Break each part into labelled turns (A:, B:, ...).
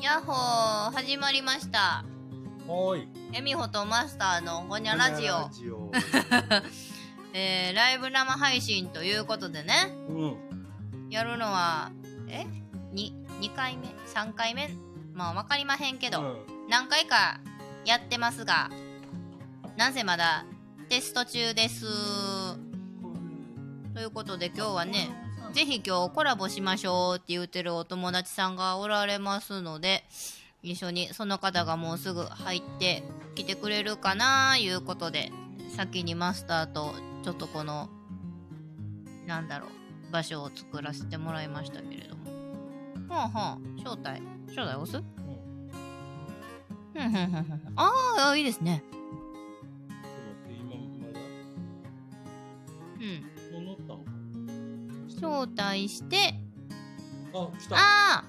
A: ヤッホー始まりました
B: はーい。
A: エミホとマスターのほにゃラジオ
B: ジオ。
A: えー、ライブ生配信ということでね
B: うん。
A: やるのはえに2回目3回目まあ分かりまへんけど、
B: うん
A: 何回かやってますがなんせまだテスト中ですということで今日はねぜひ今日コラボしましょうって言ってるお友達さんがおられますので一緒にその方がもうすぐ入ってきてくれるかないうことで先にマスターとちょっとこのなんだろう場所を作らせてもらいましたけれどもほんほん招待招待押す
B: うん
A: ふんふんふんふんふんああいいですね
B: ちょっと待って今まだ
A: うん
B: もう乗ったの
A: 招待して
B: か。あ、来た。
A: ああ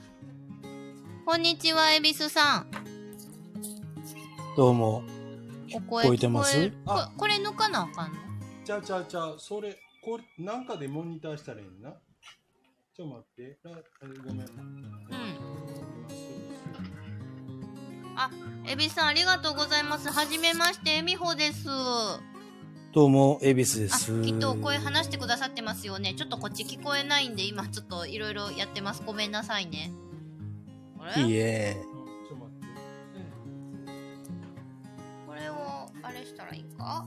A: こんにちは恵比寿さん
C: どうも。
A: お声聞
C: こえてます
A: こえるこ
B: あ
A: これ抜かなあかんの
B: ちゃうちゃうちゃう。それ、これ、なんかでモニターしたらいいんな。ちょっと待って。ああごめん。う
A: エビさんありがとうございますはじめましてえみほですあ
C: どうも、恵比寿です。
A: きっと声話してくださってますよねちょっとこっち聞こえないんで今ちょっといろいろやってますごめんなさいねあれ
C: いいえ。
B: んちょっと待って。
A: これをあれしたらいいか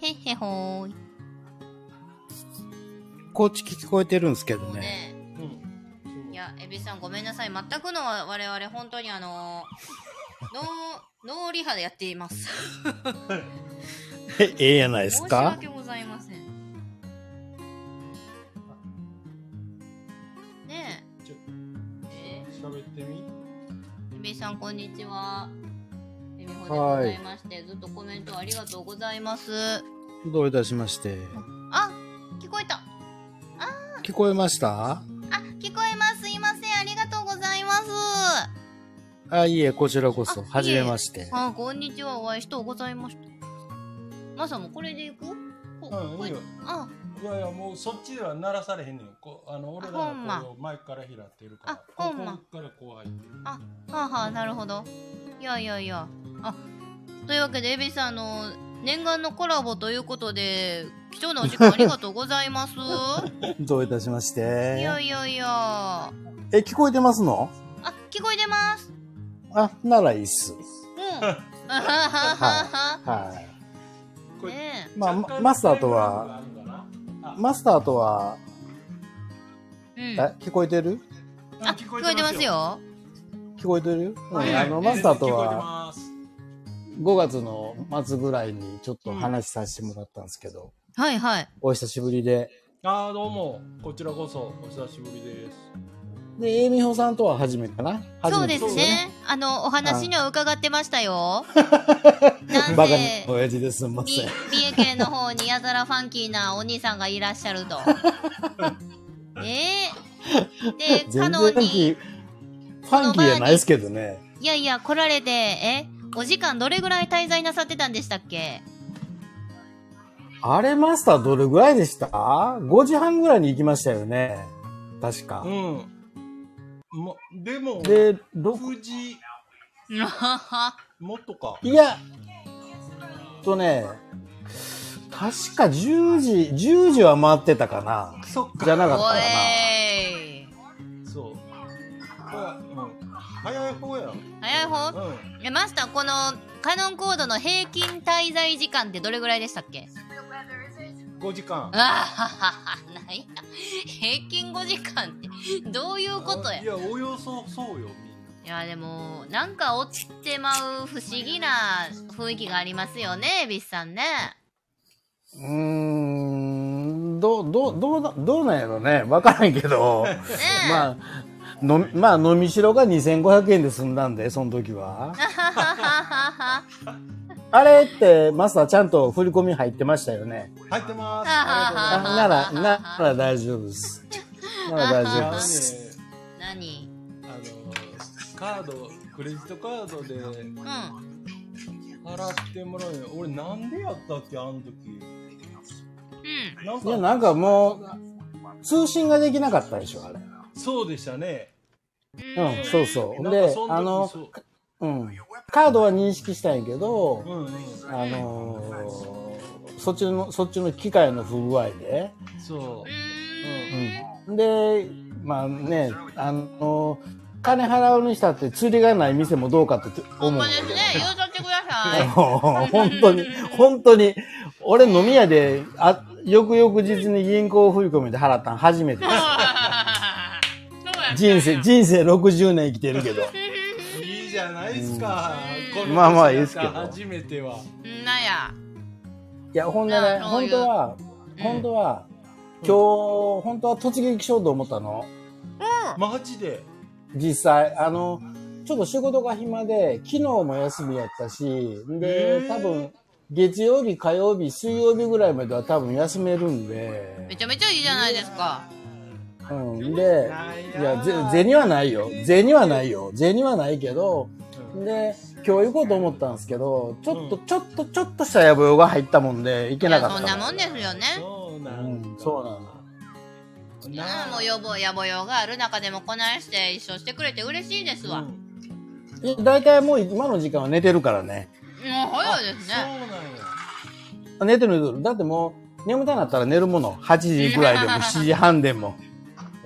A: へっへほーい
C: こっち聞こえてるんですけど
A: もう
C: ね。
A: ね
B: うん。
A: いや、エビさんごめんなさい。全くの我々、本当にあのー、ノー、ノーリハでやっています。
C: えええやないです
A: 申し
C: か
A: 訳ございません。ね
B: ちょっ
A: え、え
B: と喋ってみ。
A: ーエビさんこんにちは。エビほでございまして、ずっとコメントありがとうございます。
C: どういたしまして。
A: あ、聞こえた。
C: 聞こえました
A: あ、聞こえます。すいません。ありがとうございます。
C: あ、いいえ、こちらこそ。
A: あ
C: はじめまして。
A: あ、こんにちは。お会いしとうございました。マサもこれで行くほ
B: うん、
A: こ
B: いいよ。
A: あ、
B: いやいや、もうそっちでは鳴らされへんねん。こあの俺ら
A: ほんま
B: の声を前から拾ってるから。
A: あほんま
B: ここからこう入ってる。
A: はあはあなるほどいやいやいやあというわけでエビさんあの念願のコラボということで貴重なお時間ありがとうござい ます
C: どういたしまし
A: いや
C: て。
A: いやいやあ
C: え、聞こえてますの
A: 聞こえてます
C: あ、ならいいっ す。
A: うんあははは
C: は
B: これ
A: ね
C: い。まあ、まマスターとは、。マスターとは、
A: え、うん、
C: え、聞こえてる
A: あ聞こえてます。よ
C: 聞こえてるうん。
B: はい
C: あの、マスターと
B: 聞こえて
C: は、
B: ます
C: 5月の末ぐらいにちょっと話させてもらったんですけど、
A: はいはい
C: お久しぶりで。
B: ああ、どうも、こちらこそ、お久しぶりです。
C: で、えみほさんとは初めてかな初
A: そう
C: め
A: で
C: て
A: す
B: そう
A: ね
B: です
A: あのお話には伺ってましたよなん
C: バカ
A: せ
C: な親父です。すんませ
A: み
C: ん。
A: 三重県の方にやたらファンキーなお兄さんがいらっしゃる と。ええで、カ
C: 全然
A: ノ
C: フ
A: ンに、
C: ァンキー、ファンキーじゃないですけどね。
A: いやいや、来られて、えお時間どれぐらい滞在なさってたんでしたっ け
C: あれマスターどれぐらいでした ?5 時半ぐらいに行きましたよね。確か
B: う。ん。ま、でも、
C: で、6、
B: 六時、もっとか。
C: いや、とね、確か10時、10時は回ってたかな。
B: そっ
C: じゃなかった
A: お
C: かな。
A: えい。
B: そう。これうん、早い方や。うん。
A: 早い方え、マスター、このカノンコードの平均滞在時間ってどれぐらいでしたっけ
B: 五時間。
A: ああははは、なんや。平均5時間って、どういうことや
B: い。や、およそそうよ、みん
A: い
B: な。
A: やでもなんか落ちてまう不思議な雰囲気がありますよね恵比寿さんね
C: うーん、どう、どう、どうだ、どうなんやろね。わからんけど。
A: ねえ、
C: まあ、のみまあ、飲みしろが2500円で済んだんで、その時は。
A: あ
C: あれって、マスターちゃんと振り込み入ってましたよね。
B: 入ってます。
C: あ
B: あ
C: なら、なら大丈夫です。なら
B: り
C: 大
B: がとうござ
C: 丈夫
B: い
C: で
B: ます。
C: す。
B: いやね
A: 何
B: あのカードクレジットカードで
A: う
B: 払
A: ん
B: ってもらうよ俺なんでやったっけあの時
A: うん
B: なん
C: い
B: か
C: や、なんかもう、通信ができなかったでしょ、あれ。
B: そうでしたね。
C: うん、そう
A: う
C: そう。
B: なんか
C: で
B: そ、
C: あの
B: 時、そう
C: うん、カードは認識したんやけど、
B: うんうん、
C: あのーそっちの、そっちの機械の不具合で、
B: そ
A: ん。う
C: うん、で、まあね、あのー金払うにしたって釣りがない店もどうかって
A: ーん。ほ
C: 思うん
A: ん
C: だ
A: まです
C: け
A: ね
C: ど。。
A: 言うとってくださ い。
C: もう本当に、本当に、俺飲み屋で、あ、翌々日に銀行振り込みで払ったん初めてです。人生、人生60年生きてるけど。
B: う。いいじゃないですか。
A: うん
B: この
C: まあまあいいっすけど
B: 初めては。
A: んなんや。
C: いや、ほんでね、
A: なあそういう
C: 本当は、本当は、今日、本当は突撃しようと思ったの。
B: マジで。
C: 実際、あの、ちょっと仕事が暇で、昨日も休みやったし、
B: へ
C: で、
B: え
C: 多分、月曜日、火曜日、水曜日ぐらいまでは多分休めるん
A: め
C: で、
A: ちゃめちゃいいじゃないですか。
C: うん、で、
B: ない
C: いや、ぜ、銭はないよ。銭はないよ。銭はないけど、で、今日行こうと思ったんですけど、ちょっと、ちょっと、ちょっとした野望が入ったもんで、行け
A: い
C: な
A: や
C: かった。
A: そんなもんですよね。
B: そうな
C: うんそうなの
A: いやもう予防やぼよがある中でもこないして一緒してくれて嬉しいですわ。
B: う
A: もうん
C: い大体もう今の時間は寝てるからね。
A: 早いです
B: そう
A: ね。
B: なんや。
C: 寝てる寝てる。だってもう、眠たなったら寝るもの。8時ぐらいでも7時半でも。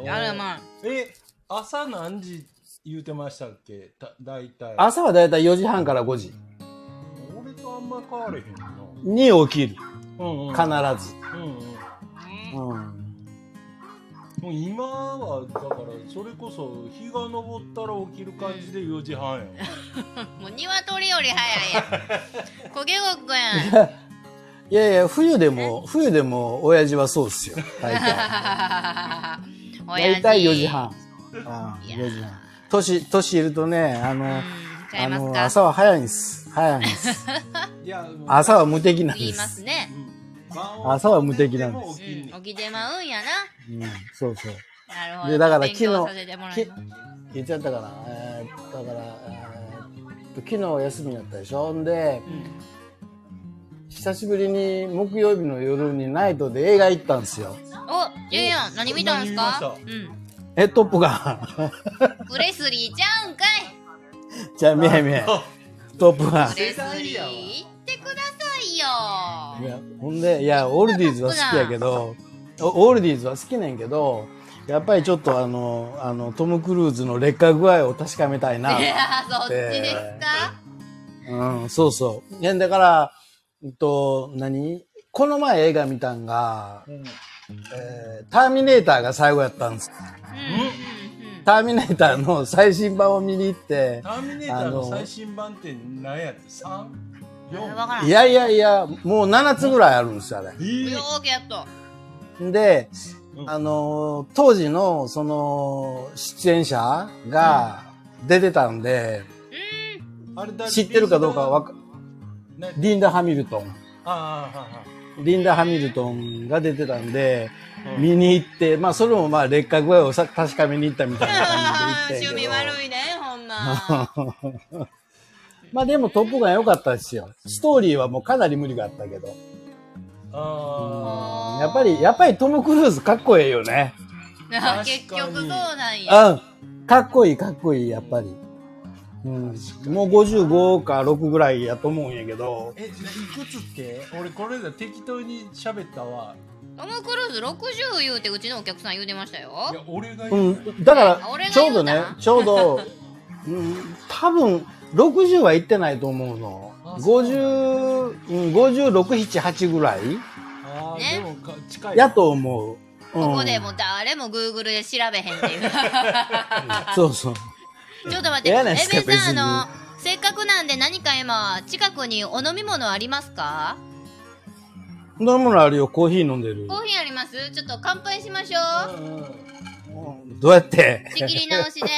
A: やるまん。
B: え、朝何時言うてましたっけた大体。
C: 朝は大体4時半から5時
B: 俺とあんま変われへんな。
C: に起きる。
B: うんうん。
C: 必ず。
B: うんうん。
C: うん。
B: もう今はだからそれこそ日が昇ったら起きる感じで4時半やん。
A: もう鶏より早 いやん。焦げごっこやん。
C: いやいや、冬でも、冬でも親父はそうですよ。大体。
A: 親
C: 大
A: 父
C: 体4時。半。ああ、
A: いや
C: 4時半。年、年いるとね、あ
A: う
C: の
A: ん、、ちゃ
C: あ
A: います
C: の、
A: か。
C: 朝は早いんです。早い んです。
B: いや、もう
C: 朝は無敵なん
A: 言
C: で
A: います
C: す。
A: ね。
B: うん
C: 朝は無敵なんです
B: も起きんねん
A: うん、起きてまうんやな。
C: うん、そうそう。
A: なるほど。
C: でだから
A: 勉強
C: 昨日
A: させてもらい
C: き
A: ます
C: 言っちゃったかな、えーだから、えーっと昨日お休みだったでしょんで久しぶりに木曜日の夜にナイトで映画行ったんですよ
A: お、ジュンヨン、何見たんすか
B: 何
A: う
B: 見
A: ん。
C: えトップガン
A: プレスリーちゃうんかい
C: じゃあ見え見えトップガ
A: プレスリ
B: 世代やわ
A: ー行ってくださ
C: ン
A: い
C: い
A: よ。
C: やほんでいやオールディーズは好きやけどおオールディーズは好きねんけどやっぱりちょっとあのあのトム・クルーズの劣化具合を確かめたいな、
A: いや、そっちですか
C: うん、そうそういやだから、うんと、何この前映画見たんが
B: うん
C: えーターミネーターが最後やったんです。
A: うんうんうん。
C: ターミネーターの最新版を見に行って
B: タ、ーミネーターの最新版って何やって三
A: あれ
B: 四
A: わからん。
C: い
A: よ
C: やいやいや、もう7つぐらいあるんですよ、あ
B: え
C: れ。
B: ー
A: ーくやっと。
C: で
B: う、ん
C: あのー当時の、その、出演者が出てたんで、
B: あれだ
C: 知ってるかどうかはわか、
B: ね
C: リンダ・ハミルトン。
B: ああはいはい
C: リンダ・ハミルトンが出てたんで、見に行って、まあ、それもまあ、劣化具合をさ確かめに行ったみたいな感じで行っ
A: 趣
C: てんけど。
A: 味悪いね、ほん ま。
C: まあでもトップガン良かったですよ。ストーリーはもうかなり無理があったけど。
B: あ
A: あー
C: やっぱり、やっぱりトム・クルーズかっこええよね。
B: かに
A: 結局そうなんや。
C: うん。かっこいい、かっこいい、やっぱり。うん。もう55か6ぐらいやと思うんやけど
B: ー。えいくつって俺これだ適当に喋ったわ
A: トム・クルーズ60言うてうちのお客さん言うてましたよ。
B: いや俺が
C: う。
B: 言うん
C: だか
A: 俺
C: ら、
A: が
C: ちょうど
A: 言
C: ね
A: うな、
C: ちょうど、うん、多分、60はいってないと思うの。
B: あそう
C: 50、うん、56、7、8ぐらい
B: ああ
A: ね
B: でもか近い
C: やと思う。うん、
A: ここでもう誰も Google で調べへんって いう。
C: そうそう。
A: ちょっと待って、
C: ええ
A: エベ
C: やないですか
A: さん、あの、せっかくなんで何か今、近くにお飲み物ありますか
C: 飲むものあるよ、コーヒー飲んでる。
A: コーヒーありますちょっと乾杯しましょう。
B: うんうん
C: どうやって
A: 仕切り直しで。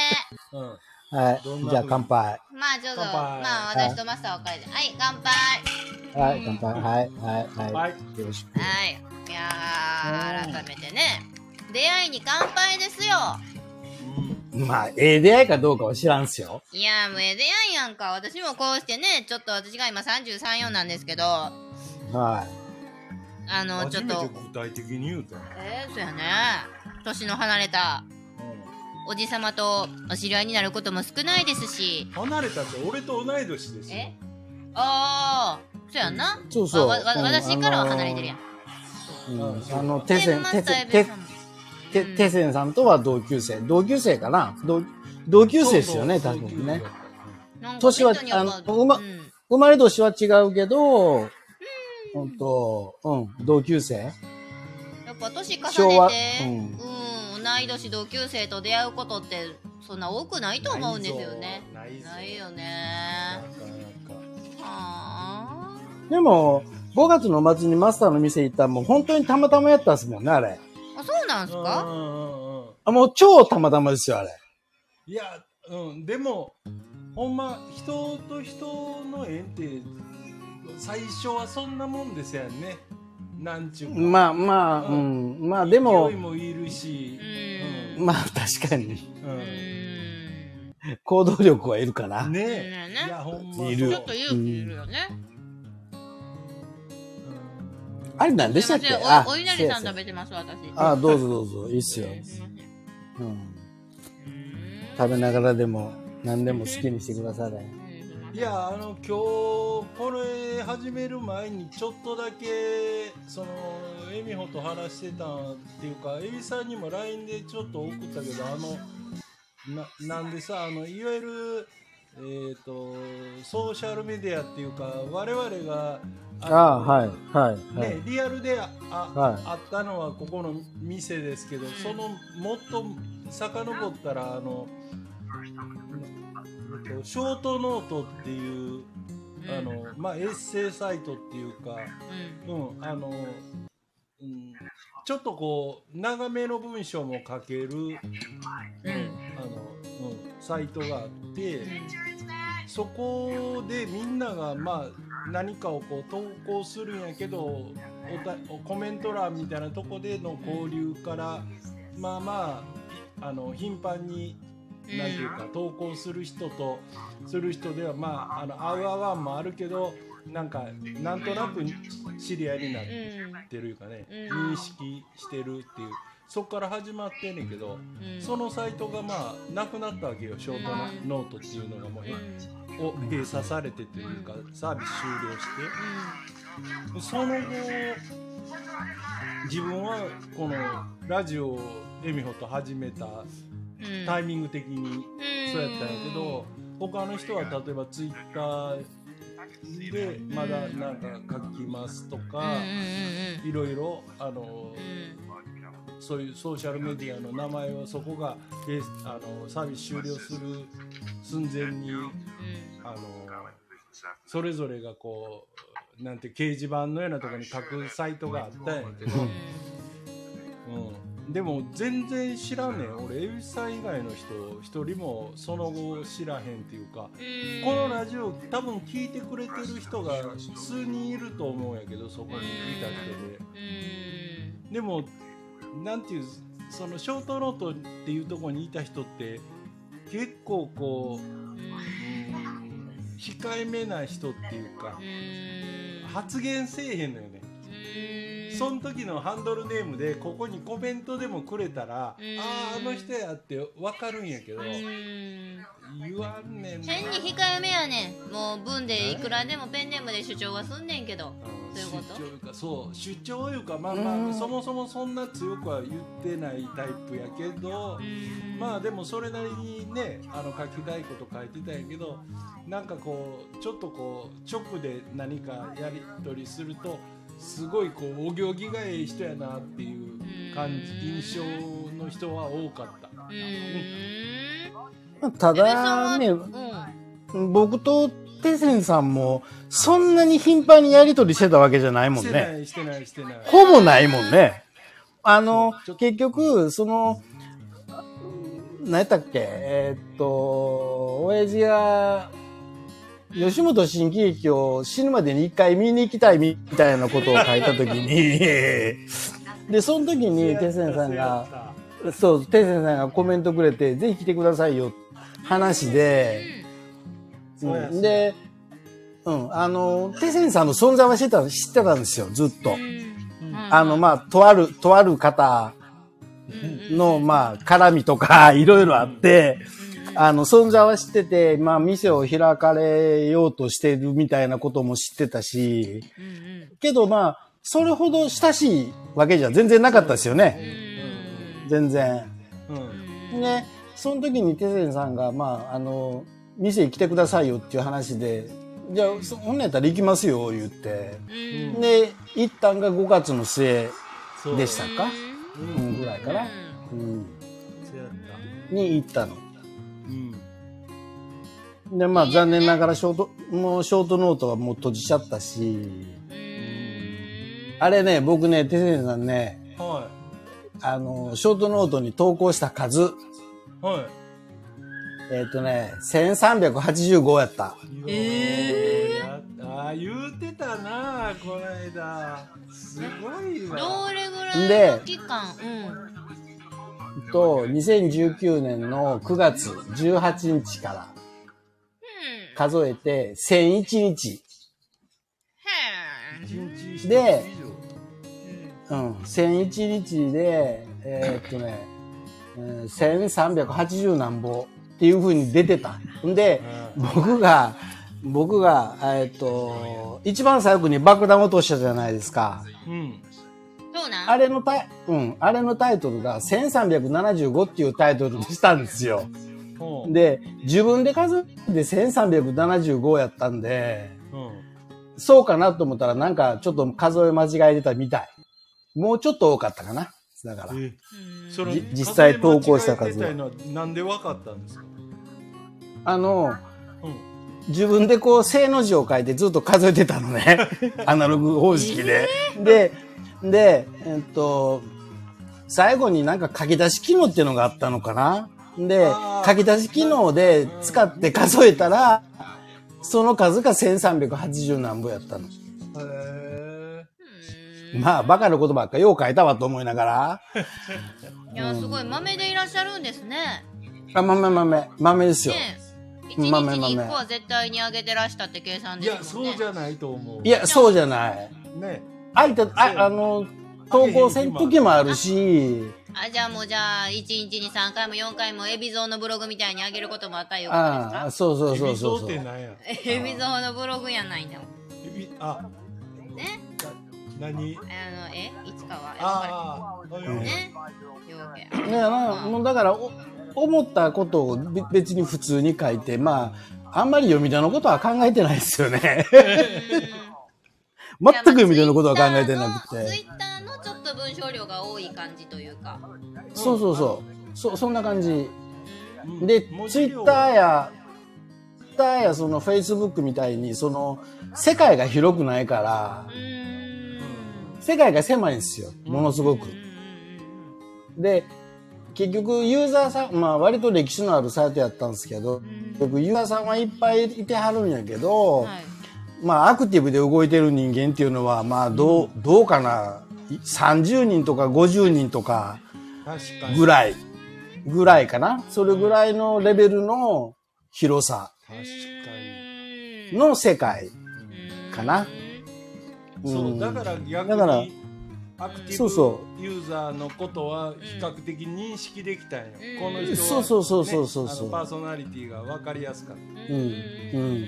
B: うん
C: はい
B: どんな。
C: じゃあ乾杯。
A: まあちょっと、
B: 乾杯
A: まあ私とマスターは別れて。はい、乾杯。
C: はい、乾杯。はい、はい、は。
B: はいい
C: よろしく。
A: はい。いやー、改めてね。出会いに乾杯ですよ。
C: まあ、ええ出会いかどうかは知らんすよ。
A: いやー、もうええ出会いやんか。私もこうしてね、ちょっと私が今33、4なんですけど、あ
C: は
A: の、ちょ
B: 初
A: っ
B: めて
A: と、
B: 具体的に言うたな
A: えー、そうやね。年の離れた
B: う
A: おじさまとお知り合いになることも少ないですし
B: 離れたって俺と同い年ですよ
A: えああそうやんな
C: そうそう
A: わわわ
C: うん
A: 私からは離れてるやん、
C: うんあの、テセン、
A: マ
C: テ
A: スター
C: セン、
A: エビ
C: テ
A: さんも
C: テテセンさんとは同級生。同級生かな同同級生ですよね、
B: そう
C: 多
B: そう
C: 分ね
B: 同級生だ。
A: なんか
C: 年は
A: 適当に呼ば
C: あのうま
A: うん
C: 生まれ年は違うけど、ほんと、うん、同級生
A: やっぱ年
C: 昭
A: 重
C: 和
A: ねて、
C: う
A: うんん、同い年同級生と出会うことってそんな多くないと思うんですよね。
B: ないぞ
A: ないよ
B: な
A: ね。
B: んかなん
A: は
B: か
A: あ。
C: でも、5月の末にマスターの店行ったらもう本当にたまたまやったんすもんね、あれ。
A: あ、そうなんす
B: う
A: か？
B: んうんうんうん
C: あもう超たまたまですよ、あれ。
B: いや、うん、でもほんま人と人の縁って最初はそんなもんですやんねなんちゅうか
C: まあまあ、う、
B: うん
C: まあでも
B: 勢い、もいるし、
A: うん
C: まあ確かに、
B: うん
A: う
B: うん
A: ーん。
C: 行動力はいるから。
B: ね
A: ねえね
B: いやほんまそう
C: いる
A: ちょっと勇気いるよね。
B: うん
C: あれなんでし
A: す
C: た
A: い
C: っ
A: ませ
C: け
A: ん。
C: あ
A: おお稲荷さん
C: せや
A: 食べてます私。
C: せやあ、どうぞどうぞ、いいっすよ。
A: すいません。
C: う
A: うー
C: ん、
A: ん
C: 食べながらでも、何でも好きにしてくださいね。
A: うんすいません
B: いやあの今日これ始める前にちょっとだけそのエミホと話してたっていうかエビさんにも LINE でちょっと送ったけどあのななんでさあのいわゆるえー、とソーシャルメディアっていうか我々が
C: あ
B: の
C: あ、はい、はい、は
B: ね
C: い。、
B: リアルでああ,、
C: はい
B: あったのはここの店ですけど、そのもっと遡ったらあのえっとショートノートっていうあ
A: うん
B: の、まあ、エッセイサイトっていうか、
A: うん
B: うんあのうん、ちょっとこう長めの文章も書ける、
A: うんうん
B: あのうん、サイトがあって。そこでみんながまあ何かをこう投稿するんやけどおたおコメント欄みたいなとこでの交流からまあまああの頻繁に
A: うん
B: 何ていうか投稿する人とする人ではまああの合う合わんもあるけどなんかなんとなく知り合いになっ
A: うん
B: てるいうかね
A: うん
B: 認識してるっていうそこから始まってんねんけど
A: うん
B: そのサイトがまあなくなったわけよショートノートっていうのがもう
A: うん
B: を閉鎖されてというかサービス終了してその後自分はこのラジオをエミホと始めた
A: うん
B: タイミング的に
A: うん
B: そうやったんやけど他の人は例えばツイッターでまだなんか書きますと
A: うんうん
B: かいろいろあのそういうソーシャルメディアの名前をそこがえあのサービス終了する寸前にあのそれぞれがこうなんて掲示板のようなところに書くサイトがあったんやけど、うん、でも全然知らんねん俺蛭子さん以外の人一人もその後知らへんっていうか
A: うんうん
B: このラジオ多分聞いてくれてる人が数人いると思うんやけどそこにいた人で。
A: うん
B: でもなんていうそのショートノートっていうところにいた人って結構こう、うん控えめな人っていうか発言せえへんのよね、その時のハンドルネームでここにコメントでもくれたら、
A: うん
B: あああの人やって分かるんやけど、
A: うん
B: 言わんねんな
A: 変に控えめやねんもう文でいくらでもペンネームで主張はすんねんけど
B: うん
A: そういうこと
B: 出張いうかそう主張いうかまあまあ、
C: うん
B: そもそもそんな強くは言ってないタイプやけ
A: う
B: ど、
A: ん
B: まあでもそれなりにねあの書きたいこと書いてたんやけどなんかこうちょっとこう直で何かやり取りするとすごいこうお行儀がええ人やなっていう感じ
A: うん
B: 印象の人は多かった。
A: うんエ
C: た
A: ビさ
C: だ
A: んは
C: ね
A: う、ん
C: 僕とテセンさんも、そんなに頻繁にやりとりしてたわけじゃないもん
B: して
C: ね。
B: ないしてないしてない。
C: ほぼないもんね。あの
B: そうちょっ、と
C: 結局、その、何やったっけえーっと、親父が、吉本新喜劇を死ぬまでに一回見に行きたいみたいなことを書いたとき に、で、その時に、テセンさんが、そう、テイセンさんがコメントくれて、ぜひ来てくださいよ、話で、
B: そうや
C: うんで、うん、あの、テイセンさんの存在は知ってた、知ってたんですよ、ずっと
A: う。んうん
C: あの、まあ、とある、とある方の、まあ、絡みとか、いろいろあって、あの、存在は知ってて、まあ、店を開かれようとしてるみたいなことも知ってたし、
A: うんうん
C: けどまあ、それほど親しいわけじゃ全然なかったですよね。
A: う
C: 全然。
B: うん
A: ん
C: ね、その時にテセンさんが、まあ、あの、店に来てくださいよっていう話で、じゃあ、そほんなんやったら行きますよ、言って。
A: うん
C: で、一旦が5月の末
B: そう
C: でしたか、
B: う
C: うんん、ぐらいか
A: う
C: な、
A: ん
C: うん、
B: そうやった
C: に行ったの。
B: うん
C: で、まあ、残念ながらショート、もうショートノートはもう閉じちゃったし、あれね、僕ね、テセンさんね、
B: は
C: あの、ショートノートに投稿した数、
B: いは
C: えっ、とね、1385やった。
B: い
A: えー
B: やったあー言うてたなこの間すごいわ
A: どれぐらい
C: で
A: の期間うん
C: と、2019年の9月18日から数えて1001日。
B: 一日一つ以上
C: でうん、1001日で、えーっとね、えー1380何本っていう風に出てた。んで、僕が、僕が、えーっと、一番最後に爆弾落としたじゃないですか。
B: うん
A: そうなん
C: あれのタイ、うん、あれのタイトルが1375っていうタイトルにしたんですよ。
B: ほう
C: で、自分で数えて1375やったんで、
B: うん
C: そうかなと思ったらなんかちょっと数え間違えてたみたい。もうちょっと多かったかな。だから。
B: え
A: うん
B: その
C: じ実際投稿した数は
B: 数え間違えてたのはなんでわかったんですか
C: あの、
B: うん
C: 自分でこう正の字を書いてずっと数えてたのね。アナログ方式で。で、で、えっと、最後になんか書き出し機能っていうのがあったのかな。で
B: あ、ー
C: 書き出し機能で使って数えたら、その数が1380何本やったの。
B: へ
A: うん
C: まあ、バカなことばっかよう書いたわと思いながら。
A: いやすごい豆でいらっしゃるんですね
C: あ、豆豆。豆ですよ。
A: ね一日
C: 豆豆
A: に1個は絶対にあげてらしたって計算
B: えい
A: で
B: や
A: す
B: そ
A: もんね
B: うじゃないと思う
C: いや、そうじゃない。
B: ね
C: あいた、あ、あの、投稿せん時もあるし、
A: あじゃあもうじゃあ1日に3回も4回もエビゾーのブログみたいにあげることもあったよ
C: ああ、そうそうそうそうそ
B: エビゾーって
C: う。
B: なんや
A: エビゾーのブログやないんだもん
B: エビあ
A: ねあ
B: 何
A: のえ市川やっ
B: ああ
A: ぱり
B: ね
A: ねようけ
C: ねなもうだから、お思ったことをべ別に普通に書いて、まあ、あんまり読み手のことは考えてないですよね。全く読み手のことは考えてなく
A: ツイ
C: て。
A: ッターのちょっと文章量が多い感じというか、
C: そうそうそう。そ、そんな感じ。
B: うん
C: で、
B: 文
C: ツイ
B: 字量
C: ッ
B: は
C: ターや、ツイッターやそのフェイスブックみたいに、その、世界が広くないから
A: う、ーん
C: 世界が狭いんですよ。ものすごく
A: うんう。ん
C: で、結局ユーザーさん、まあ割と歴史のあるサイトやったんですけど、結局ユーザーさんはいっぱいいてはるんやけ
A: う
C: ど、
A: んはい
C: まあアクティブで動いてる人間っていうのは、まあどう、どうかな、い30人とか50人とか
B: 確かに
C: ぐらい、ぐらいかな。それぐらいのレベルの広さ
B: 確かに
C: の世界
A: うん
C: かな。
B: そううんだから逆
C: だから
B: にアクテ
C: そう
B: ィ
C: そ
B: ブユーザーのことは比較的認識できたんよ、
A: うん
B: この人は、ね、
C: そうそうそうそうそう
B: あのパーソナリティが分かりやすかった、
A: うん
C: うんうん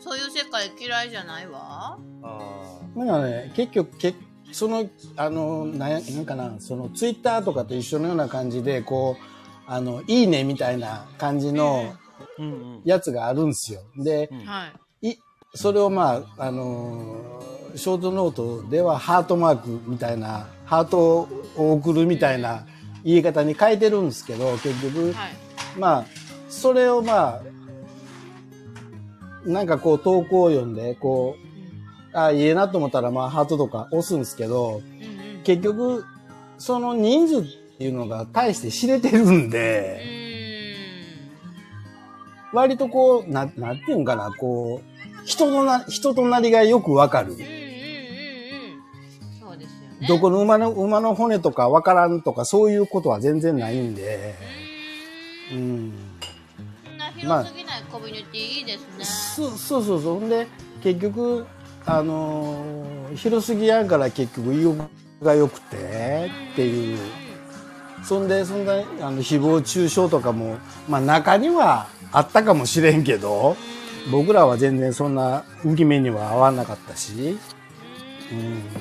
A: そういう世界嫌いじゃないわ。
B: あ
C: だからね、結局、けその、あの、なんやなんかな、その、ツイッターとかと一緒のような感じで、こう、あの、いいねみたいな感じの
B: ーうんうん
C: やつがあるんですよ。で、
B: うん
A: はい。
C: い、それをまあ、あのー、ショートノートではハートマークみたいな、ハートを送るみたいな言い方に変えてるんですけど、結局、
A: はい。
C: まあ、それをまあ、なんかこう投稿を読んで、こう、あ、いいなと思ったら、まあ、ハートとか押すんですけど、
A: うんうん。
C: 結局、その人数っていうのが大して知れてるん
A: う
C: で、
A: ん。
C: 割とこう、な、なんていうんかな、こう、人のな、人となりがよくわかる。
A: うんうんうんうん。そうですよね。
C: どこの馬の、馬の骨とかわからんとか、そういうことは全然ないんで、
A: う
C: う
A: ーん
C: ん。
A: そんな広すぎないコミュニティいいですね。
C: そうそうそうそう。ほんで、結局、あのー広すぎやんから結局、意欲が良くてっていうそんでそんなあの誹謗中傷とかも、まあ、中にはあったかもしれんけど僕らは全然そんな浮き目には合わなかったし、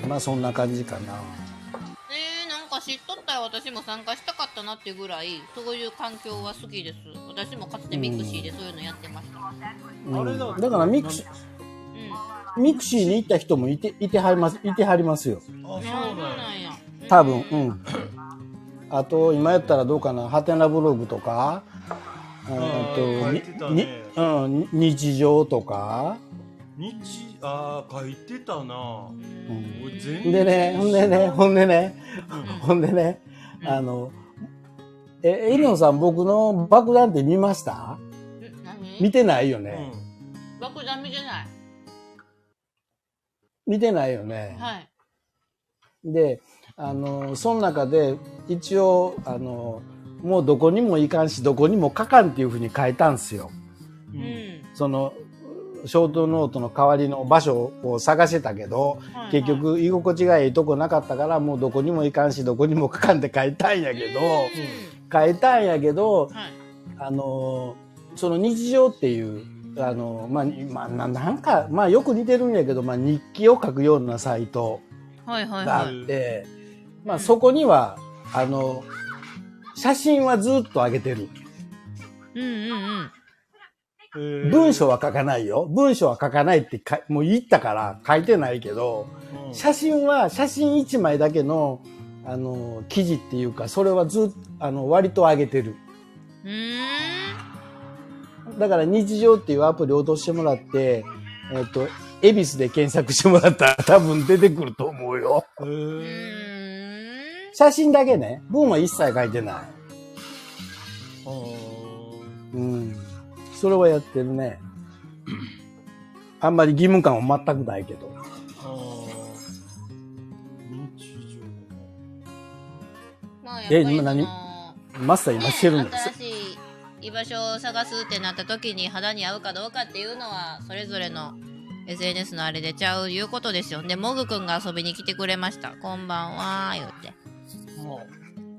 C: うん、まあそんな感じかな。
A: えー、なんか知っとったよ私も参加したかったなってぐらいそういう環境は好きです私もかつてミクシーでそういうのやってました、
C: うん
B: あれだ
C: だからミクシミクシーに行った人もいていてはりますいてはりますよ
A: うん
B: あそう
A: あそう
B: なん
A: な
B: や
A: んや
C: 多分うんあと今やったらどうかなハテナブログとか
B: あ
C: うん
B: 書いてたね
C: うんに日常とか、
B: 日あー書いてたな
C: うん、
B: 俺全
C: でねほんでねほんでねほんでね
A: うん
C: あのえエリオンさん僕の爆弾って見ました
A: ん何
C: 見てないよ
B: う
C: ね、
B: ん
A: 爆弾見てない
C: 見てないよね、
A: はい
C: であのその中で一応あのもうどこにも行かんしどこにも書かんっていうふうに書いたんですよ
B: う
A: うんん
C: そのショートノートの代わりの場所を探してたけど
A: はいはい
C: 結局居心地がいいとこなかったからもうどこにも行かんしどこにも書かんって書いたんやけど
A: うん
C: 書いたんやけど
A: はい
C: あのその日常っていうあのまあ、まあ、ななんかまあよく似てるんやけど、まあ、日記を書くようなサイト。
A: はいはい
C: が
A: は
C: あ
A: い
C: って、まあそこには、あの、写真はずっと上げてる。
A: うんうんうん
B: えー
C: 文章は書かないよ。文章は書かないってかもう言ったから書いてないけど、
B: うん
C: 写真は写真1枚だけの、あの、記事っていうか、それはずっと、あの、割と上げてる。
A: うーん
C: だから日常っていうアプリを落としてもらって、えっと、恵比寿で検索してもらったら多分出てくると思うよ。
B: え
A: う
B: ー
A: ーん
C: 写真だけね。文は一切書いてない。
B: あー
C: うん。それはやってるね。あんまり義務感は全くないけど。
B: あー日常
A: まあやっぱ
C: え
A: り
C: 今何
A: その
C: マスター今してるん
A: ね
C: です。
A: 新しい居場所を探すってなった時に肌に合うかどうかっていうのはそれぞれの SNS のあれでちゃういうことですよねモグくんが遊びに来てくれましたこんばんは言って
B: も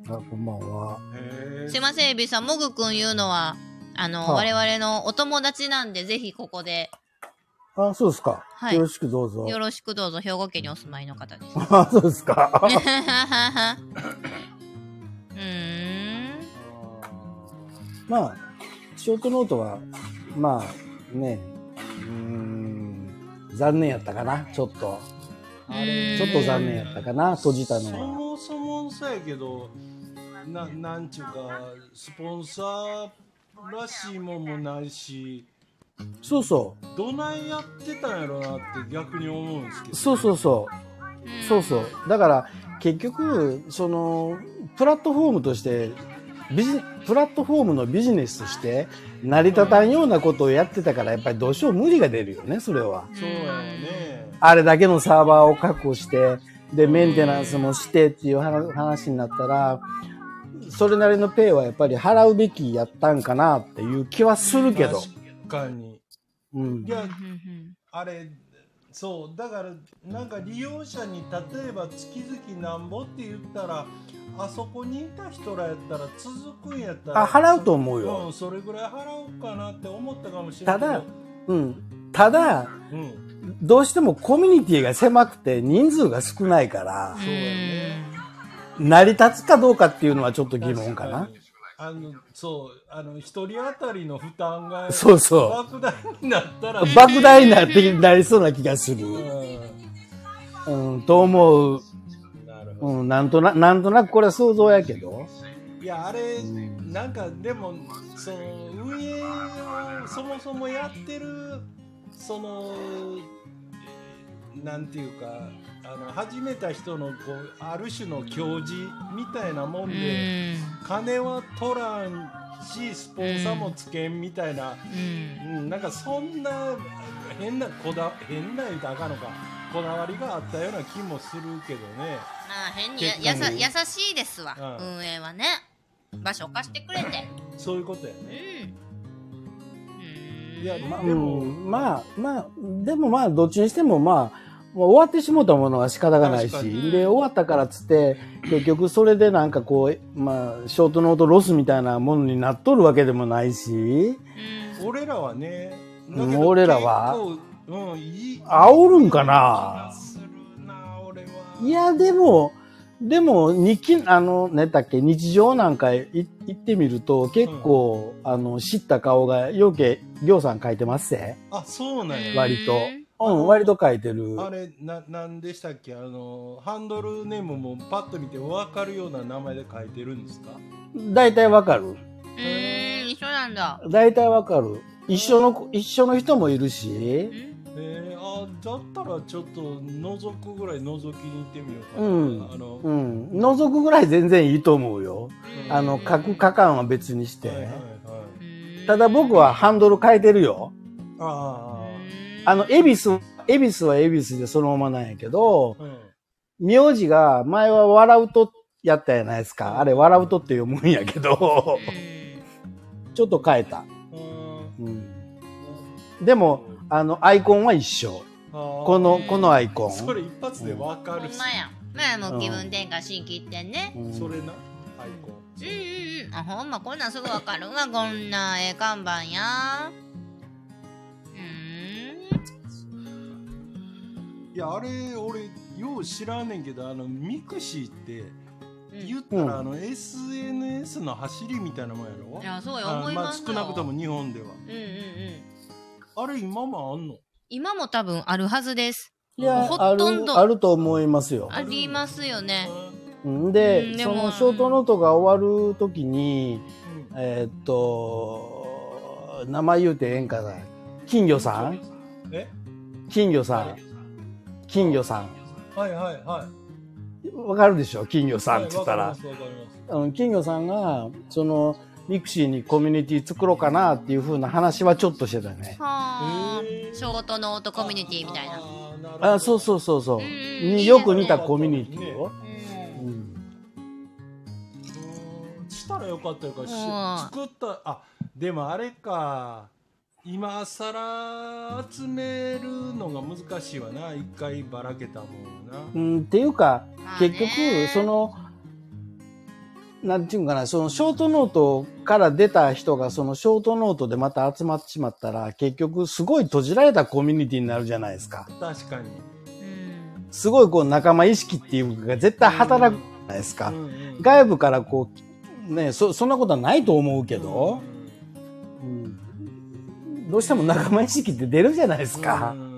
B: う
C: あ、こんばんは。
B: へー
A: すいませんエビさんモグくん言うのはあの、
C: はい
A: 我々のお友達なんでぜひここで
C: あ、そうですか。
A: はい
C: よろしくどうぞ。
A: よろしくどうぞ兵庫県にお住まいの方です
C: あ、そうですか。
A: うーん
C: まあ、ショートノートは、まあ、ね、うーん、残念やったかな、ちょっと。
B: あれ
C: ちょっと残念やったかな、閉じたの
B: そ
C: は。
B: もそもさやけどななんちゅうかスポンサーらしいもんもないし
C: そうそ
B: どないやってたんやろなって逆に思うんですけ
C: う。
B: ど
C: そうそうそう。そうそう。だから、結局、その、プラットフォームとして、ビジ、プラットフォームのビジネスとして、成り立たんようなことをやってたから、やっぱりどうしよう無理が出るよね、それは。
B: そうやわね
C: あれだけのサーバーを確保して、で、メンテナンスもしてっていう話話になったら、それなりのペイはやっぱり払うべきやったんかなっていう気はするけど。
B: 確かに
C: うん
B: い。や
A: うんうんうん
B: あれそうだからなんか利用者に例えば月々なんぼって言ったらあそこにいた人らやったら続くんやったら
C: あ払うと思うよ
B: ん、それぐらい払おうかなって思ったかもしれな
C: た
B: いけど
C: だ、うん。ただ、
B: うん、
C: どうしてもコミュニティが狭くて人数が少ないから、
B: そうやね
C: 成り立つかどうかっていうのはちょっと疑問かな
B: 確。にあのそうあの一人当たりの負担が
C: そうそ
B: 莫大になったら
C: う。莫大になってなりそうな気がする。
B: うん
C: うん、と思う。
B: なるほど、
C: うん、なんとな、なんとなくこれは想像やけど。
B: いやあれなんかでもその運営をそもそもやってるそのなんていうかあの始めた人のこうある種の教示みたいなもん
A: う
B: で、
A: ん
B: 金は取らんしスポンサーもつけんみたいな、
A: うん
B: うん、なんかそんな変なこだ変な言うたらあかんのかこだわりがあったような気もするけどね
A: まあ変にや
C: 結
A: やさ
C: 構
A: 優しいですわ、
B: うん
A: 運営はね場所貸してくれて
B: そういうことや
A: うん
B: ね
A: うーん
B: いや
A: うん
B: ま
C: まあ、
B: でも
C: うんまあ、まあ、でもまあ、どっちにしてもまあ、もう終わってしもたものは仕方がない
B: 確か
C: し、
A: に
C: で、終わったからっつって、結局それでなんかこう、まあ、ショートノートロスみたいなものになっとるわけでもないし、
A: うん
B: 俺らはね
C: うん俺らは
B: 結構うんいい
C: 煽るんかな
B: するな俺はい
C: や、でも、でも、日記、あの、ねだっけ、日常なんかい行ってみると、結構、あの、知った顔が、余計、りょうさん書いてますせ
B: あそうなんや、
C: 割と
A: うん。
C: うん、割と書いてる。
B: あれななんでしたっけあのハンドルネームもパッと見て分かるような名前で書いてるんですか
C: 大体わかる。
A: うーん一緒なんだ
C: 大体わかる。一緒の、一緒の人もいるし
A: う、ん
B: えー、あだったらちょっと覗くぐらい覗きに行ってみようかな、
C: うん
B: あの、
C: うん、覗くぐらい全然いいと思うよ。
A: うん
C: あの、書く、書かんは別にして。
B: はいはいはい
A: うん
C: ただ僕はハンドル変えてるよ。
B: あ
C: あの、恵比寿、恵比寿は恵比寿でそのままなんやけど、
B: あ、うん、
C: 名字が前は笑うとやったじゃないですか。あれ、笑うとって読むんやけど、ちょっと変えた。うん、でも、あの、アイコンは一緒。こ
B: こ
C: の、このアイコン。
B: それ一発で分か
A: ほ
B: る
A: ん
B: し、
A: まやまあもう気分転換しに切ってんね
C: うん
B: それなアイコン
A: うんうんうんあほんまこんなんすぐわかるわこんなええ看板やうー
B: いやあれ俺よう知らんねんけどあのミクシーって
A: ん
B: 言ったら、
C: うん
B: あの SNS の走りみたいなもんやろ
A: いやそうや
B: あ
A: 思いますよ
B: 少なくとも日本では
A: うんうんうん
B: あれ今もあんの
A: 今も多分あるはずです
C: いや、
A: ほ
C: あ
A: とん
C: る、
A: ど
C: あると思いますよ。
A: ありますよね
C: うんで、
A: うんで
C: そ
A: も
C: のショートノートが終わるときに、
B: うん
C: えーっと、名前言うてええんかな。金魚さん
B: え
C: 金魚さん金魚さ
B: はいはいはい
C: ん。わかるでしょ金魚さ
B: は
C: ん
B: い
C: って言ったら
B: わか。りますわかります
C: あの金魚さんが、その、ミクシーにコミュニティ作ろうかなっていうふうな話はちょっとしてたね。
A: はあ
B: へー
A: ショートノートコミュニティみたいな
B: な
C: あそうそうそうそう。
A: うんうん
C: によく似たコミュニティ
A: う
C: を。
A: ん
C: うん
B: うーんしたらよかったよか
A: う
B: し
A: ん
B: 作ったあでもあれか今さら集めるのが難しいわな一回ばらけたもんな、
C: うん、っていうか、
A: まあね
C: 結局、その、なんていうんかな、そのショートノートから出た人が、そのショートノートでまた集まってしまったら、結局、すごい閉じられたコミュニティになるじゃないですか。
B: 確かに
A: うん
C: すごいこう仲間意識っていうのが絶対働くじゃないですか
B: う。んうん
C: 外部からこう、ね、そ、そんなことはないと思うけど、うんどうしても仲間意識って出るじゃないですか。
B: うん
A: うん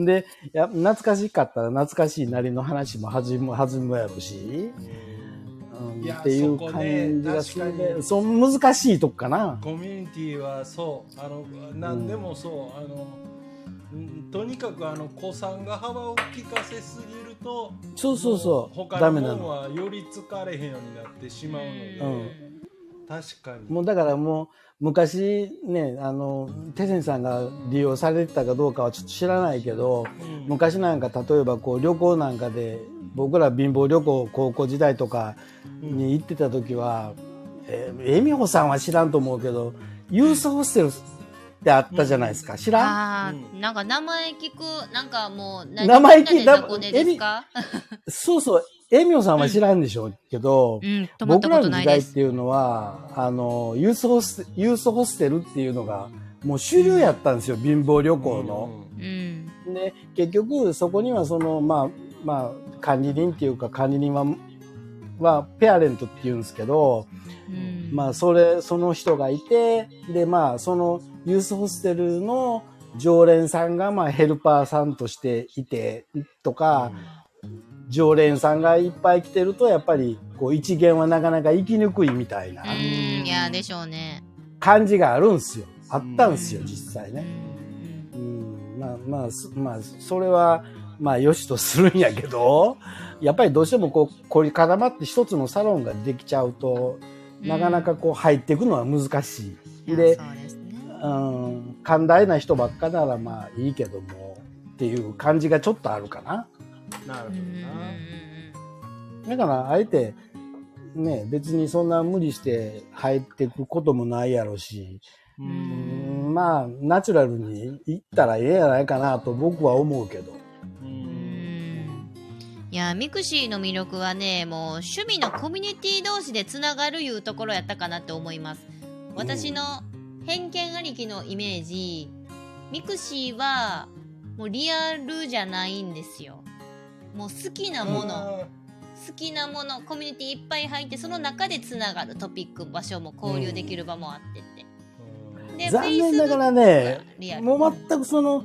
C: んで、いや、懐かしかったら懐かしいなりの話も弾む、弾むやろし、うん
B: いや
C: っていう感じがす
B: そこ
C: る
B: ね確か
C: ね。
B: に
C: その難しいとこかな。
B: コミュニティはそうあの何でもそうあのうんとにかくあの子さんが幅を利かせすぎると
C: そうそうそ
B: も
C: う。
B: 他
C: ダ
B: の
C: メな
B: もん
C: の。
B: はより疲れへんようになってしまうので、
C: うん
B: 確かに
C: もうだからもう、昔ね、あの、テセンさんが利用されてたかどうかはちょっと知らないけど、
B: うん
C: 昔なんか例えばこう旅行なんかで僕ら貧乏旅行高校時代とかに行ってた時は、えー、恵美穂さんは知らんと思うけどユースホステルってあったじゃないですか知らん
A: あ
B: う
A: ーなんか名前聞くなんかもう何
C: 名前聞
A: みんなで雑魚寝ですか
C: そうそう恵美穂さんは知らんでしょうけど、
A: うん泊まっ
C: 僕
A: た
C: ら
A: こと
C: の
A: な
C: 時
A: い
C: 代
A: で
C: っ
A: す
C: ていうのはあのユースホスユースホステルっていうのがもう主流やったんですよ貧乏旅行の。
A: うん
C: で結局そこにはそのまあまあ管理人っていうか管理人ははペアレントっていうんですけど、
A: うん
C: まあそれその人がいてでまあそのユースホステルの常連さんがまあヘルパーさんとしていてとか、常連さんがいっぱい来てるとやっぱりこう一元はなかなか生きにくいみたいな
A: うんいやでしょうね
C: 感じがあるんですよあったんですよ実際
A: うん
C: ね。うんまあまあそまあそれはまあよしとするんやけどやっぱりどうしてもこう凝り固まって一つのサロンができちゃうと
A: うん
C: なかなかこう入っていくのは難しい。
A: うんいや
C: で、
A: そうですね
C: うん、寛大な人ばっかならまあいいけどもっていう感じがちょっとあるかな。
B: なる
A: うんう
B: ほど
A: ん
B: な、
C: だからあえてね別にそんな無理して入っていくこともないやろし、
B: う
A: うん
C: うんん、まあ、ナチュラルに行ったらええやないかなと僕は思うけど。
A: うんいやミクシーの魅力はねもう趣味のコミュニティ同士でつながるいうところやったかなって思います私の偏見ありきのイメージミクシーはもうリアルじゃないんですよもう好きなもの好きなものコミュニティいっぱい入ってその中でつながるトピック場所も交流できる場もあってって、で
C: 残念ながらね、
A: リアル
C: もう全くその、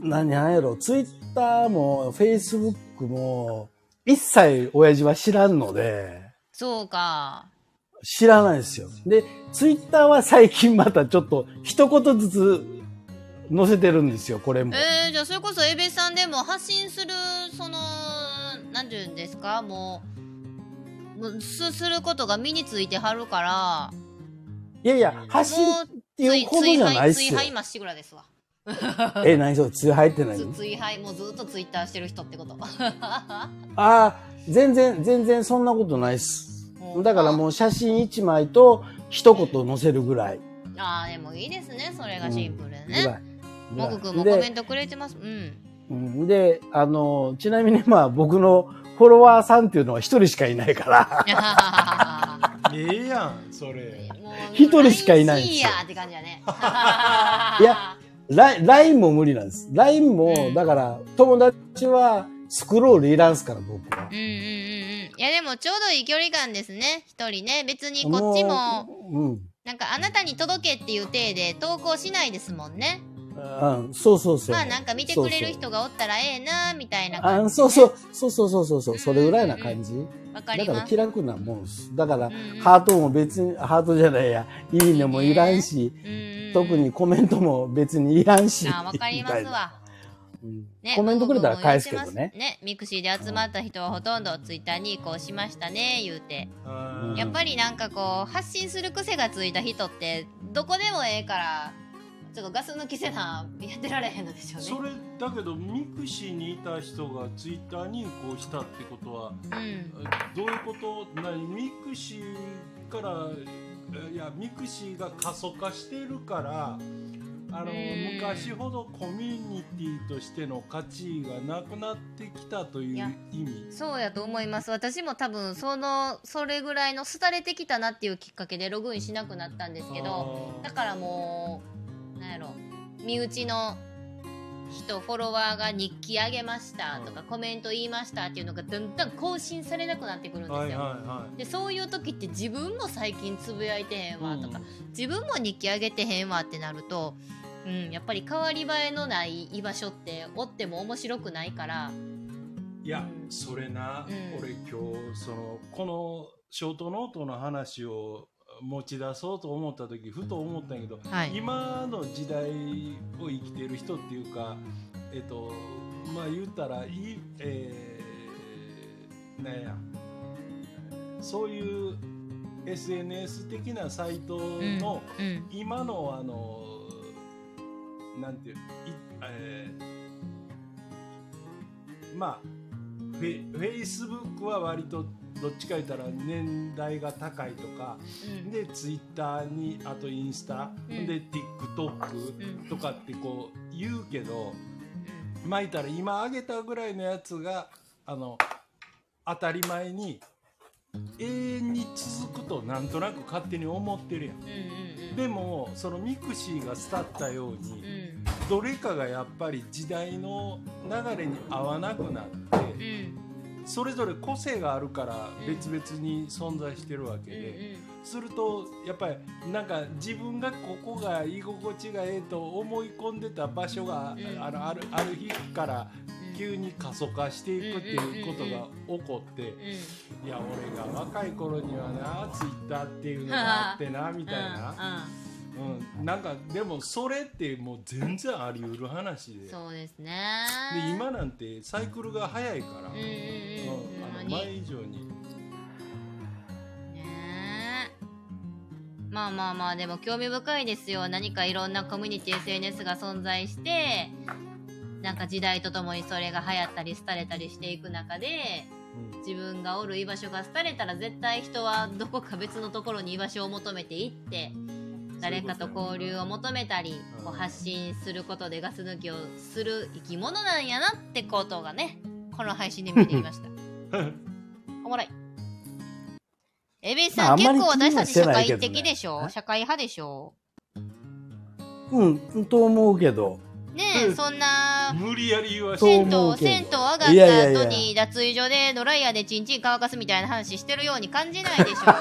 C: 何やろ、ツイッターも、フェイスブックも、一切親父は知らんので、
A: そうか
C: 知らないですよ。で、ツイッターは最近またちょっと、一言ずつ載せてるんですよ、これも。
A: えー、じゃあそれこそエベさんでも発信するそのなんていうんですかもうもうすすることが身についてはるから
C: いやいや、発信
A: も
C: っ
A: う
C: ていうほどじゃないっす
A: 追
C: よ。
A: 廃まっしぐらですわ
C: え、何それ、通入ってない
A: つ追廃もうずっとツイッターしてる人ってこと
C: ああ、全然、全然そんなことないっす。だからもう写真一枚と一言載せるぐらい。
A: ああでもいいですねそれがシンプルで
C: ぐら
A: ね
C: い。
A: もぐくん
C: ぐ
A: も
C: ら
A: コ
C: い
A: メントくれてますうん
C: でうんで、あの、ちなみにまあ僕のフォロワーさんっていうのは一人しかいないから、
B: ええやんそれ
A: もう
C: 一人しかいないんですよ
A: いやーって感じだね
C: いやライン LINE も無理なんです。LINE も、だから友達はスクロールいらんすから僕は
A: う。んうんうんうんいやでもちょうどいい距離感ですね一人ね別にこっちも
C: う。うん。
A: なんかあなたに届けっていう体で投稿しないですもんね
C: うん、そうそうそう。
A: まあなんか見てくれる人がおったらええなみたいな
C: あ
A: 感じ
C: そうそうそうそうそうそうそうそれぐらいな感じ、
A: わか
C: だ
A: り
C: から
A: ます
C: 気楽なもんですだから、
A: んうん
C: ハートも別にハートじゃないやいいねもいらんし、
A: うんうんうん
C: 特にコメントも別にいらんし
A: あわかります
C: みたいな
A: わ
C: うん
A: ね
C: コメントくれたら返すけどね
A: ねミクシーで集まった人はほとんどツイッターに移行しましたね言うて
B: あ
A: やっぱりなんかこう発信する癖がついた人ってどこでもええからちょっとガス抜きせなやってられへんのでしょ
B: ー
A: うね
B: それだけどミクシーにいた人がツイッターに移行したってことは
A: うん
B: どういうこと何ミクシーからいやミクシーが過疎化してるからあの
A: うん
B: 昔ほどコミュニティとしての価値がなくなってきたとい
A: いうや
B: 意味
A: そうやと思います私も多分そのそれぐらいの廃れてきたなっていうきっかけでログインしなくなったんですけどだからもうなんやろ身内の人フォロワーが日記あげましたとか、コメント言いましたっていうのがだんだん更新されなくなってくるんですよ。
B: はいはいは
A: でそういう時って自分も最近つぶやいてへん
B: い、
A: わとか、自分も日記あげてへんわってなると、うん、やっぱり変わり映えのない居場所っておっても面白くないから。
B: いやそれな、
A: うん
B: 俺今日そのこのショートノートの話を持ち出そうと思った時ふと思ったんやけど
A: はい、
B: 今の時代を生きてる人っていうかえっとまあ言ったらいいえーなんやそういう SNS 的なサイトの
A: うん
B: 今のあのなんていうい、えーまあフェフェイスブックは割とどっちか言ったら年代が高いとか
A: うん
B: でツイッターにあとインスタ、
A: うん
B: で TikTok とかってこう言うけど、
A: う
B: まあ言ったら今あげたぐらいのやつがあの当たり前に永遠に続くとなんとなく勝手に思ってるやん。
A: んうんうん
B: でもそのミクシーが伝ったように
A: うんうん
B: どれかがやっぱり時代の流れに合わなくなってそれぞれ個性があるから別々に存在してるわ
A: う
B: け
A: ん
B: で。するとやっぱりなんか自分がここが居心地がええと思い込んでた場所が、
A: うん
B: あのあるある日から
A: うん
B: 急に過疎化していくっていうことが起こっ
A: う
B: て、いや俺が若い頃にはなツイッターっていうのがあってなみ
A: ん
B: たいな、うん、なんかでもそれってもう全然あり得る話で
A: うん、
B: で
A: そうですね
B: 今なんてサイクルが早いから、
A: うんうん
B: うん
A: うん
B: あ
A: ほんま
B: の
A: に
B: 前以上に。
A: ねえまあまあまあでも興味深いですよ何かいろんなコミュニティ SNS が存在してなんか時代とともにそれが流行ったり廃れたりしていく中で
B: うん
A: 自分がおる居場所が廃れたら絶対人はどこか別のところに居場所を求めていって誰かと交流を求めたり
B: うん
A: こう発信することでガス抜きをする生き物なんやなってことがねこの配信で見てきましたおもろいエビさん、
C: まああんま
A: 結
C: り
A: 構私たち
C: 気に
A: 社
C: はしてないけ
A: 会
C: どね
A: 的でしょ、
C: え
A: 社会派でしょ
C: うん、と思うけど。
A: ねえそん な
B: 無理やり言わし
C: そ
A: 銭
C: う
A: 湯、
C: 思うけど
A: 銭湯上がった後に
C: いやいやいや
A: 脱衣所でドライヤーでチンチン乾かすみたいな話してるように感じない でしょ。こ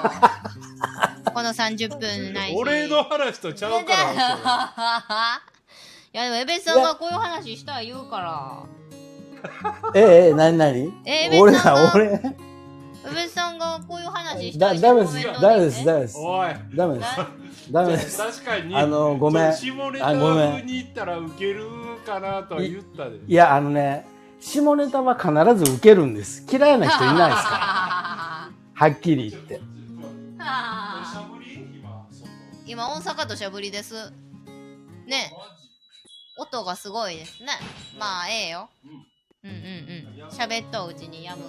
A: の30分ないし。
B: 俺の話とちゃうから。
A: いやでも、エベさんがこういう話したい言うか
C: ええ、ええ、なになに
A: え
C: 俺
A: 別に
C: ら、俺、
A: ら。エベさんがこういう話した
C: だ、
A: い
C: ダメです、ダメです、
A: メ
C: ダメです
B: そ。れおい。
C: ダメです。ダメです。
B: 確かに。
C: あのごめ
B: ちょっ
C: ん
B: と下ネ
C: あご
B: タ
C: め
B: 風
C: ん
B: に行ったらウケるかなとは言ったで。
C: いや、あのね、下ネタは必ず受けるんです。嫌いな人いないで すから。はっきり言って。
B: しゃぶり今そこ
A: 今、大阪としゃぶりです。ねえ音がすごいですね。まあ、ええよ。うんうんうん。喋っとううちにやむ。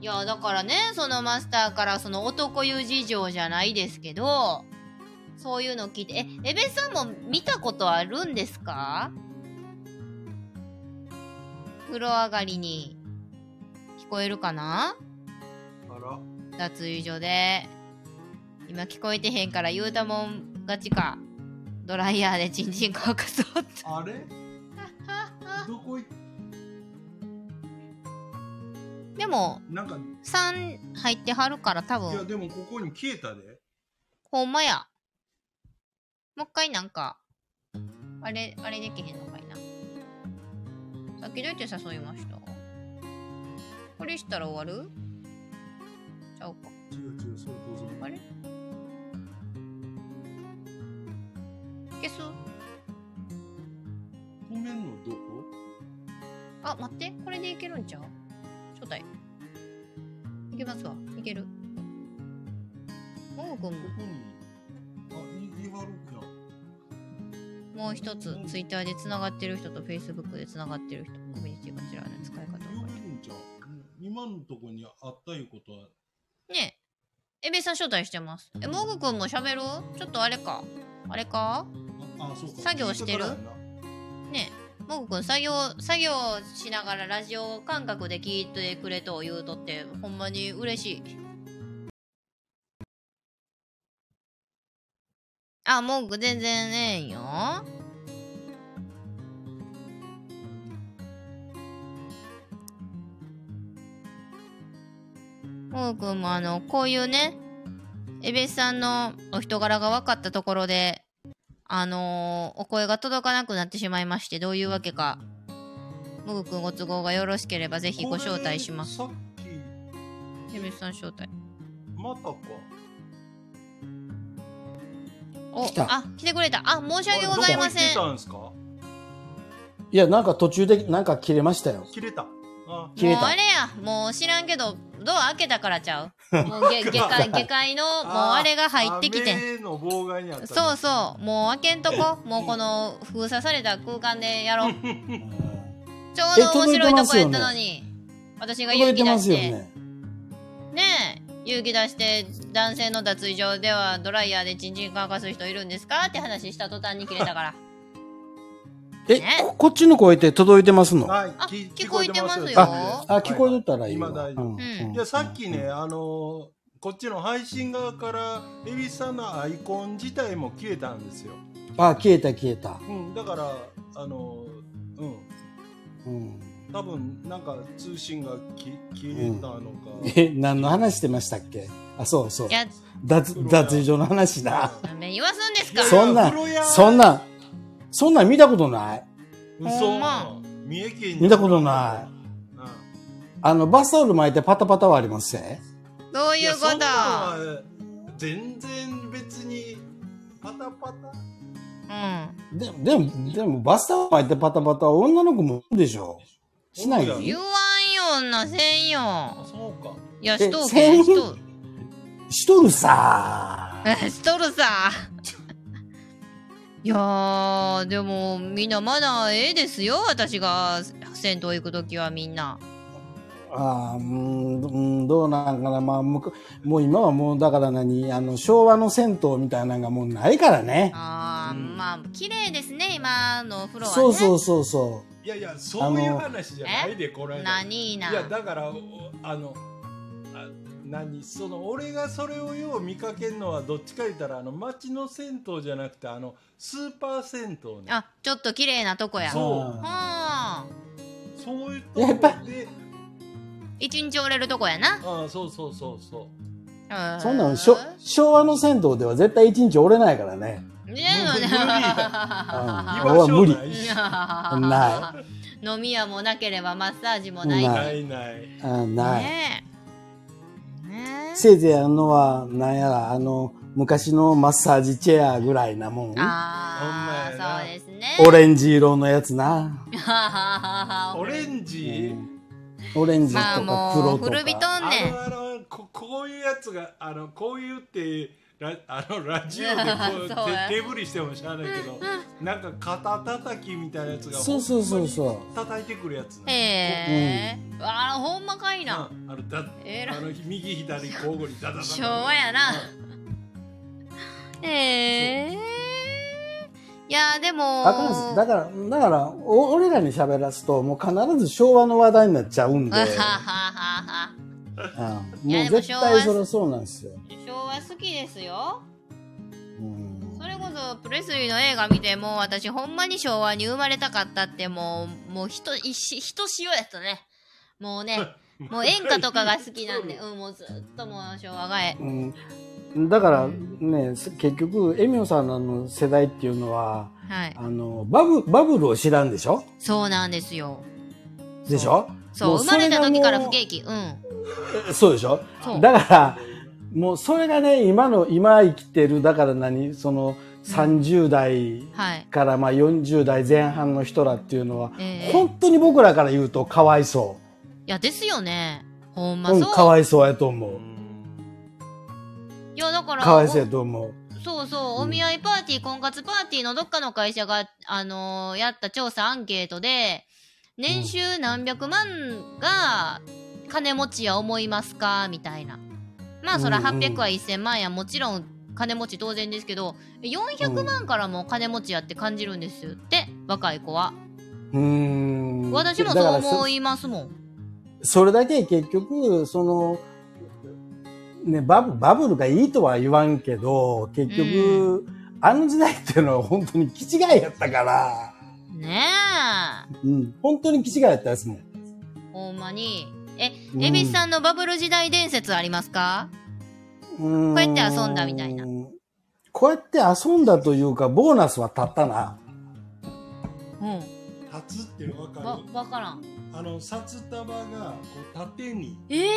A: いや、だからね、そのマスターからその男湯事情じゃないですけど、そういうの聞いて、え、エベさんも見たことあるんですか風呂上がりに聞こえるかな
B: マジあら
A: 脱衣所で今聞こえてへんから言うたもん勝ちかドライヤーでチンチン乾かそうって
B: あれどこ行っ
A: でも
B: なんか
A: 3入ってはるから多
B: いや
A: 分
B: でもここに消えたで
A: ほんまやもう一回なんかあれあれできへんのかいなさっきどうやって誘いましたこれしたら終わるちゃうか
B: 違う違うそれどうぞ
A: あれ消す
B: 止めんのどこ
A: あ、待って、これでいけるんちゃう初代。いけますわ。いける。もぐくん
B: ここにあいいはるじゃん
A: も、もう一つ、ツイッターでつながってる人とフェイスブックでつながってる人、コミュニティこちらの使い方
B: 読
A: を。
B: めるんじゃん今のとこにあったいうことは
A: ねえ、エビさん招待してます。え、もぐくんも喋るちょっとあれか。あれか
B: ああそうか
A: 作業してる
B: 聞いからやな
A: ねえ、もぐくん作業、作業しながらラジオ感覚で聞いてくれと言うとって、ほんまに嬉しい。あ、もぐ全然ねえんよ。もぐくんもあの、こういうね、エベスさんのお人柄が分かったところで、あのーお声が届かなくなってしまいまして、どういうわけか、もぐくんご都合がよろしければぜひご招待します。
B: これさっき
A: エベスさん招待。
B: またか
A: お、
C: 来た
A: あ、来てくれた。あ、申し訳ございません。
B: あれどこ行ってたんですか
C: いや、なんか途中で、なんか切れましたよ。
B: 切れたあ
C: 消えた
A: もうあれやもう知らんけどドア開けたからちゃ うもうげ下界下界のもうあれが入ってきてん
B: 雨の妨害にあった
A: そうそうもう開けんとこもうこの封鎖された空間でやろう ちょうど面白いとこやったのに、私が
C: 届
A: 勇
C: い
A: 気
C: て
A: 出
C: ま
A: し
C: すよ
A: てね
C: ね。
A: え勇気出して男性の脱衣所ではドライヤーでチンチン乾かす人いるんですかって話した途端に切れた から
C: え
A: ね、
C: ここっちの声って届いてますのあ、
B: はい
A: あ
B: き
A: 聞こえてますよ
B: あ
C: 聞こえとったらいいわ。
B: 今大丈夫
C: うん
A: うん
B: いやさっきね、。あのーこっちの配信側からエビさんのアイコン自体も消えたんですよ、
C: あ、消えた消えた。
B: うん、だからあのーうん
C: うん。
B: 多分なんか通信がき消えたのか、
C: え、何の話してましたっけあ、そうそう
A: い。や
C: 脱、脱衣所の話な。
A: ダメ言わすんですか
C: そんな
B: 風呂屋、
C: そんな、そんなん見たことない。
A: ほ
B: 嘘
A: んま
B: 三重県に
C: 見たことない。
B: うん
C: あの、バスタオル巻いてパタパタはありますね。
A: どういうこ
B: やそ
A: と
B: んなのは全然別にパタパタ
A: うん
C: ででも、でも、バスタオル巻いてパタパタは女の子もいるでしょ。しない
B: そう
A: 言
B: や
A: わんよんなせんよ
B: あそうか
A: いや
C: え
A: しとうけどし
C: せん
A: とう
C: しとるさ
A: しとるさ いやーでもみんなマナーええですよ私が銭湯行く時はみんな
C: ああ、うーん、うーんどうなんかな。まあ、むくもう今はもう、だから何、あの、昭和の銭湯みたいなのがもうないからね。
A: ああ、まあ綺麗ですね今のお風呂はね
C: そうそうそうそ
B: いやいやそういう話じゃないでこれ
A: 何ない
B: やだからおあのあ何その俺がそれをよう見かけるのはどっちか言ったらあの町の銭湯じゃなくてあのスーパー銭湯ね
A: あちょっと綺麗なとこや
C: う。
B: そう
A: ほーん
C: う
B: そういうとこ
C: やっぱ
B: で
A: 一日おれるとこやな
B: あそうそうそうそう
A: うん
C: んそんなん、しょ昭和の銭湯では絶対一日折れないからね。
A: ねえよね
B: 無理
C: あ
B: 居
C: ー
B: 場所
C: 無理
B: ないし
A: ない飲み屋もなければマッサージもないし
C: な
B: ないない
C: あない。
A: ねえね
C: せいぜいあのは、なんやら、あの、昔のマッサージチェアぐらいなもん
A: え。あ
B: ほんま
A: あ
B: やな
A: そうですね
C: オレンジ色のやつな。
B: オレン
C: う
B: ジ、
C: んオレンジ と
A: まあ
C: か
A: も
C: 黒
A: う
C: と
A: 古びと
C: か。
A: んね
B: あ
A: ん
B: のあのここういうやつがあのこういうってラあのラジオでこ
A: そう
B: う
A: や
B: 手手振りしてもしゃあないけどなんか肩叩きみたいなやつが
C: そうそうそうそう
B: ほんまに叩いてくるやつな
A: へえあーほんまかいな
B: うんあのだ
A: えらい
B: あの右左交互にダダダダ
A: 昭和やなへえいやでも
C: あかんですだから、だから、お俺らに喋らすと、もう必ず昭和の話題になっちゃ うんで、
A: あはははは
C: うん
A: いや
C: もう
A: でも
C: 絶
A: 昭和
C: 対それそうなんですよ。
A: 昭和好きですよ
C: うん
A: それこそプレスリーの映画見てもう私ほんまに昭和に生まれたかったってもうもうひと一しひとしおやったねもうねもう演歌とかが好き なんで、うん、もうずっともう昭和がええ
C: うん、だからね、結局、エミオさんの世代っていうのは、
A: はい
C: あの、バブ、バブルを知らんでしょ
A: そうなんですよ
C: でしょ
A: そう生
C: も
A: まれた
C: そ
A: 時
C: が
A: から
C: も
A: 不
C: う
A: 景気うん
C: そうでしょ
A: そう
C: だから、もうそれがね、今の、今生きてる、だから何、その30代
A: はい
C: からまあ40代前半の人らっていうのは、
A: ええ
C: 本当に僕らから言うとかわいそ
A: いやですよねほん
C: う。
A: まそう、
C: うん、かわいそうやと思
B: う
C: う。
B: ん
A: いやだから
C: かわいそうやと思う。
A: そうそう、
C: うん
A: お見合いパーティー、婚活パーティーのどっかの会社が、あのーやった調査アンケートで、年収何百万が金持ちや思いますかみたいな。まあ、そら
C: うんうん
A: 800は1000万や、もちろん金持ち当然ですけど、400万からも金持ちやって感じるんですって、若い子は。
C: うーん。
A: 私も
C: だ
A: そう
C: から
A: 思いますもん。
C: そそれだけ結局、その、ね、バブバブルがいいとは言わんけど、結局、あの時代っていうのは本当に気違いやったから、
A: ね
C: うん、本当に気違いやったですもん。
A: え、ほんまに。え、
C: うん
A: 恵比寿さんのバブル時代伝説ありますか
C: こ
A: うやって遊んだみたいな。
C: こうやって遊んだというか、ボーナスは立ったな。
A: うん。
B: 立つってわか
A: わ
B: る、
A: わからん。
B: あの札束がこう縦に
A: えー、えー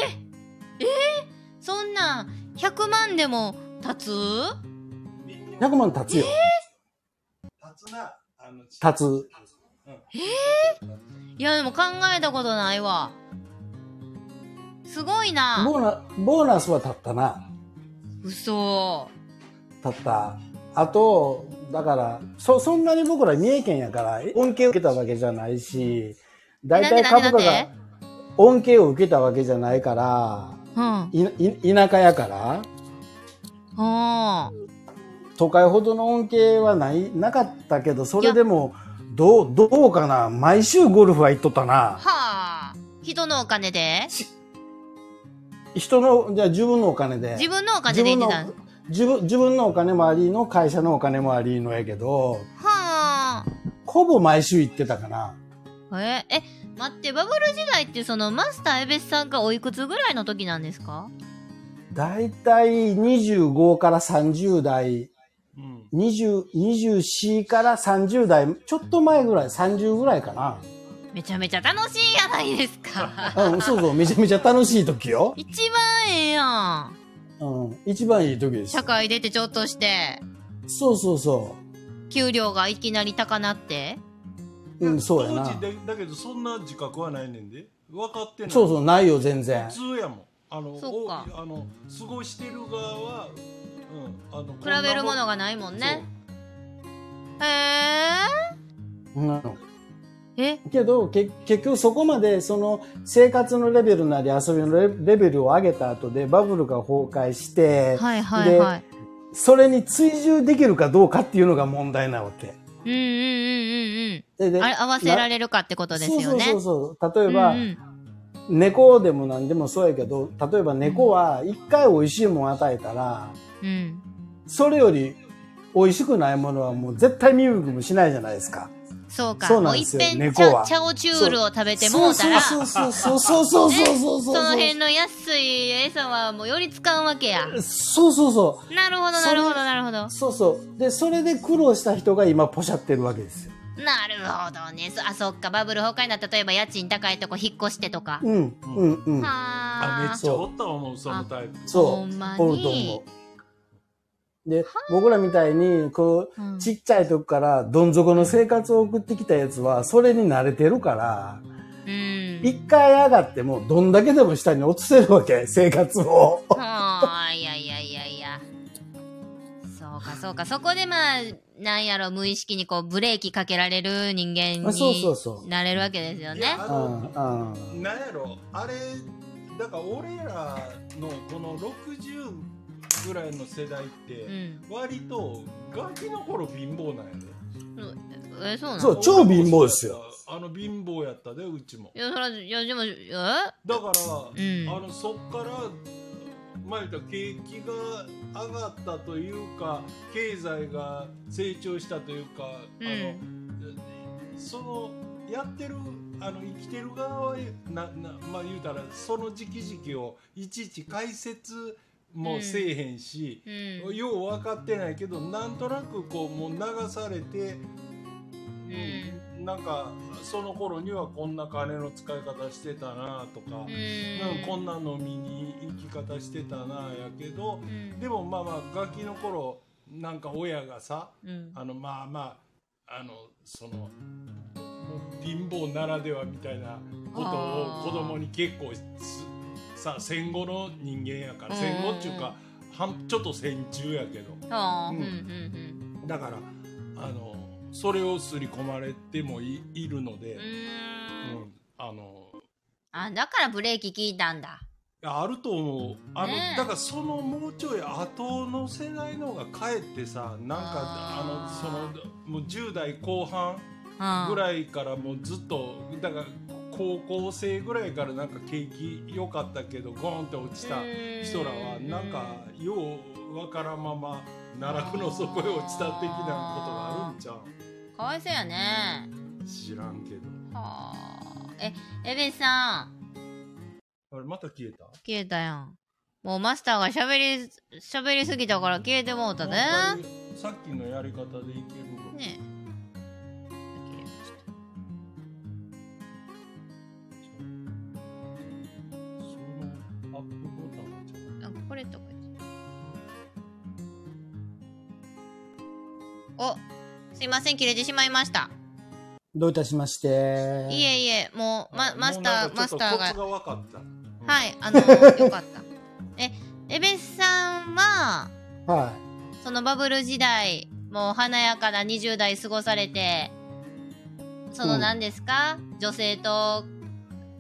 A: そんなん100万でも立つ
B: 微妙に
C: 100万立つよ。
B: 立つなあの立
C: 立つ。
A: いやでも考えたことないわすごいな
C: ボーナボーナスは立ったな。
A: 嘘
C: 立った。あと、だから、そ、そんなに僕ら三重県やから、恩恵を受けたわけじゃないし、大体
A: なんで
C: 株
A: なん
C: 価
A: で
C: が恩恵を受けたわけじゃないから、
A: うん
C: いい田舎やから、
A: は
C: 都会ほどの恩恵はない、なかったけど、それでも、どう、どうかな毎週ゴルフは行っとったな。
A: あ人のお金で
C: 人の、じゃあ自分のお金で。
A: 自分のお金で言ってたんは
C: 自分自分のお金もありの会社のお金もありのやけど
A: あ
C: ほぼ毎週行ってたかな
A: ええ待ってバブル時代ってそのマスター江別さんがおいくつぐらいの時なんですか
C: だいたい25から30代
B: うん
C: 20 24から30代ちょっと前ぐらい30ぐらいかな、
A: めちゃめちゃ楽しいやないです か
C: うん、そうそうめちゃめちゃ楽しい 時よ、
A: 一番ええやん
C: うん、一番いい時です
A: 社会出てちょっとして
C: そうそうそ
A: 給料がいきなり高なって
C: う、うん、そうやな
B: 当時だだけどそんな自覚はないねんで分かってない
C: そうそうないよ全然
B: 普通やもんあの
A: そっか
B: おあの過ごしてる側は、うん、あの
A: 比べるもの
B: が
A: がないもんねへえ
C: うん
A: え
C: けどけ結局そこまでその生活のレベルなり遊びのレレベルを上げた後でバブルが崩壊して、
A: はいはいはい
C: それに追従できるかどうかっていうのが問題なわけ。
A: うんうんうん
C: で
A: うんう
C: で
A: んあれ合わせられるかってことですよね
C: そうそうそうそう。例えば、
A: うんうん
C: 猫でも何でもそうやけど、例えば猫は一回美味しいもん与えたら、
A: うん
C: それより美味しくないものはもう絶対見向きもしないじゃないですか。
A: そうか。
C: そうな
A: もう
C: んで
A: いっ
C: すよ
A: ぺん
C: 猫
A: チャ
C: は
A: チャオチュールを食べてもうたら、
C: そ
A: ね
C: うそうそうそうそうそうそうそ
A: そ
C: うそう。
A: の辺の安い餌はもうより使うわけや。
C: そうそうそ
A: なるほど、なるほど、なるほど。
C: う。そうそう。で、それで苦労した人が今ポシャってるわけですよ。
A: なるほどね。そあ、そっか。バブル崩壊になった。例えば家賃高いとこ引っ越してとか。
C: うん、うん、うん。
B: あめ
A: は
B: っちゃおった思うそのタイプ
A: ほ
C: そ
A: んま
C: う、
A: に
C: おると思う。で、僕らみたいに、こう、
A: うん
C: ちっちゃい時からどん底の生活を送ってきたやつは、それに慣れてるから、
A: あ。うん。
C: 一回上がっても、どんだけでも下に落とせるわけ、生活を。
A: はあ、いやいやいやいや。そうか、そうか。そこでまあ、なんやろ、無意識にこう、ブレーキかけられる人間
C: あそうそうそ
A: に
C: う
A: なれるわけですよ
B: いや
A: ね。
B: あ
C: う
B: の
C: ん、うん。
B: なんやろあれだから俺らのこの60ぐらいの世代っ
A: う
B: て
A: ん。
B: 割とガキの頃貧乏なんやで
A: え、そうなの
C: そう超貧乏ですよ
B: あの貧乏やったでうちも
A: いや、そら、いや、でも、え
B: だから、
A: ん
B: あのそっからまあ言ったら景気が上がったというか経済が成長したというか、
A: うん
B: あのそのやってるあの生きてる側はななまあ言うたらその時期時期をいちいち解説もせえへんし、
A: うん。
B: よう分かってないけどなんとなくこうもう流されて
A: う
B: なんかその頃にはこんな金の使い方してたなとか、うん
A: ん。
B: こんな飲みに行き方してたなやけど
A: うん。
B: でもまあまあガキの頃なんか親がさ
A: うん。
B: あのまあまああのそのもう貧乏ならではみたいなこと
A: あ
B: を
A: ー
B: 子供に結構すさ戦後の人間やから
A: うん
B: 戦後っていうか半ちょっと戦中やけど
A: ああ、う
B: うん
A: ん。うん。うん。
B: だからあのそれを刷り込まれてもいいるので、
A: うー
B: う
A: ん。
B: んあの
A: あ、だからブレーキ効いたんだ。
B: いやあると思うあの、
A: ねえ
B: だからそのもうちょい後の世代の方がかえってさなんかあ
A: あー
B: のそのもう10代後半
A: うん。
B: ぐらいからもうずっとだから高校生ぐらいからなんか景気良かったけどゴーンって落ちた人らは
A: うん
B: なんかようわからんまま奈落の底へ落ちた的なことがあるんちゃう
A: かわいそうやね。
B: 知らんけど
A: はあ。え、エベさん。
B: あれまた消えた
A: 消えたやん。もうマスターが喋り、喋りすぎたから消えてもうたで。
B: もう一回さっきのやり方でいけるの
A: ねえ。切れました
B: そのアップボタンはちゃう
A: なんかこれとかおすいません切れてしまいました、
C: どういたしまして。
A: いえいえもう、ま、
B: あ
A: マスターマスターが
B: もうなんかちょっとコツが分かった。。
A: はいいあのよかったえエベスさんは
C: は
A: そのバブル時代もう華やかな20代過ごされてその
C: うん
A: 何ですか、女性と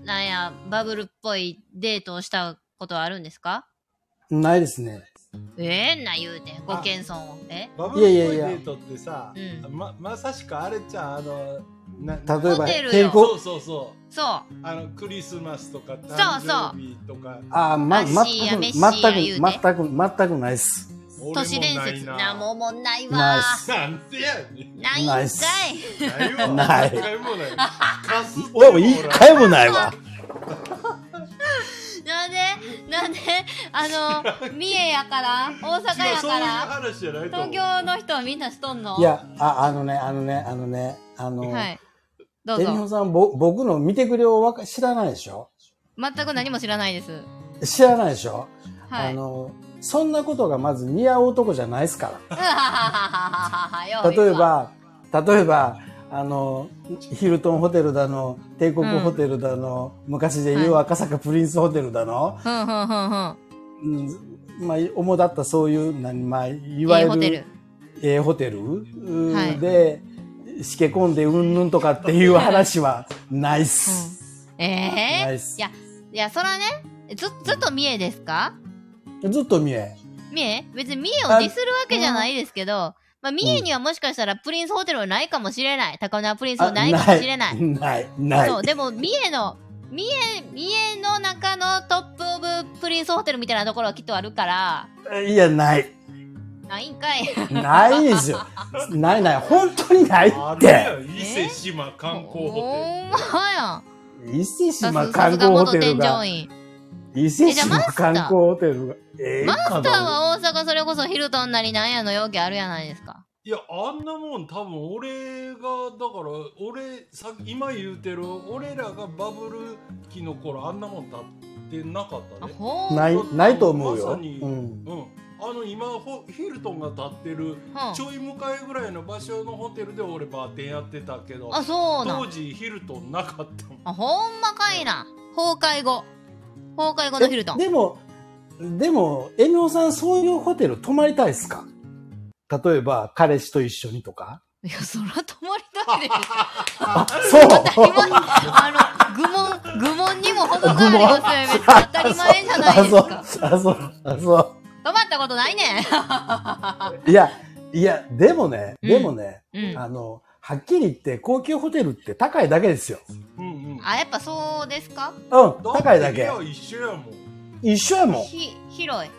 A: なんやバブルっぽいデートをしたことはあるんですか
C: い。ないですね。
A: ええんな言うてご謙遜をえ
B: バブルっぽい
C: い
B: デ
C: やいやいや
B: ートってさ、
A: うん
B: ままさしくあれじゃんあのな
C: 例えば、
A: ホテルよ
C: 健
B: そ
C: 康、
B: うそうそ
A: そう
B: うあのクリスマスとか
A: そう
B: 誕生日とか
C: ああ、ま、
A: 足
C: 全
A: や
C: く、全
A: 飯
C: く、
A: や言うて
C: 全く、全くないです。
B: 俺も
A: 都市伝
B: ない
A: 説なもうもんない
C: ナ
A: わ
C: イス
B: なんてやねん。
A: ないん
C: ナ
A: かい
C: イス
B: ないわ。
C: ない
B: 一回もない。かすっても
C: 俺も一回もないわ。
A: なんでなんであの三重やから大
B: おらん
A: 阪
B: 違う
A: や
B: そうい
A: か
B: う
A: ら
B: 話じゃないと思う。
A: 東京の人はみんなしとんの
C: いや、あ、あのね、あのね、あのね、あの、
A: はいどう
C: えりほ
A: ぞ
C: さん、ぼ、僕の見てくれをわか知らないでしょ
A: 全く何も知らないです
C: 知らないでしょ、
A: は
C: あ
A: い
C: の、そんなことがまず似合う男じゃないですか
A: うはははははよ
C: ら。
A: う言
C: 例え
A: うわ
C: ば、例えば、あの、ヒルトンホテルだの、帝国ホテルだの、昔で言う
A: はい
C: 赤坂プリンスホテルだの、
A: ふんふんふんふん
C: うんまあ、主だったそういう、何まあ、い
A: い
C: わ
A: い
C: ゆ
A: ホテ
C: る
A: ル、
C: ええホテルうー
A: はい
C: で、しけ込んでうんぬんとかっていう話はないっす。
A: え
C: ない
A: え
C: っす
A: いや、いや、そらね、ず、ずっと三重ですか
C: ずっと見え。
A: 三重別に三重をディスるわけじゃないですけど、まあ、三重にはもしかしたらプリンスホテルはないかもしれない。高輪プリンスはないかもしれない。
C: ない、ない。
A: そう、でも三重の、三重、三重の中のトップオブプリンスホテルみたいなところはきっとあるから、
C: いや、ない。
A: ないんかい。
C: ないですよ。ないない。本当にない
B: あ
C: っ
B: るや
C: て。
B: ん伊勢島観光ホ
A: ほんまやん。
C: 伊勢志摩
A: さす
C: 観
A: さすが
C: 光ホ
A: 元
C: テル
A: 添乗
C: が。
A: 員。
C: 伊勢志摩観光ホテルが。ええ
A: マ
C: か
A: スター
C: な
A: は大阪それこそヒルトンなりなんやの容器あるやないですか。
B: テルいやあんなもん多分俺がだから俺さ今言うてる俺らがバブル期の頃あんなもんだってなかった
A: あ
B: ね
A: ほーん。
C: ない、ないと思う
B: ま
C: よ。
B: さに
C: うん。
B: うんあの今ホヒルトンが建ってる
A: うん
B: ちょい向かいぐらいの場所のホテルで俺バーテンやってたけど
A: あ、そうなん
B: 当。時ヒルトンなかったもん
A: あ、ほんまかいな。崩壊後。崩壊後のヒルトン。
C: でも、でも、エミオさん、そういうホテル泊まりたいっすか例えば、彼氏と一緒にとか。
A: いや、そら泊まりたいでしょ。
C: あ、そう
A: 当たり前。あの、愚問、愚問にも程がありますよ。めっちゃ当たり前じゃないですか。
C: あ、そう。あ、そう。あ、
A: 泊まったことないねん。
C: そう。いや、いや、でもね、でもね、
A: うん。
C: あの、はっきり言って、高級ホテルって高いだけですよ。
B: うんうん
A: あ、やっぱそうですか
C: うん、高いだけ
B: っ。て部屋一緒やもん
C: 一緒やもん。
A: ひ、広い。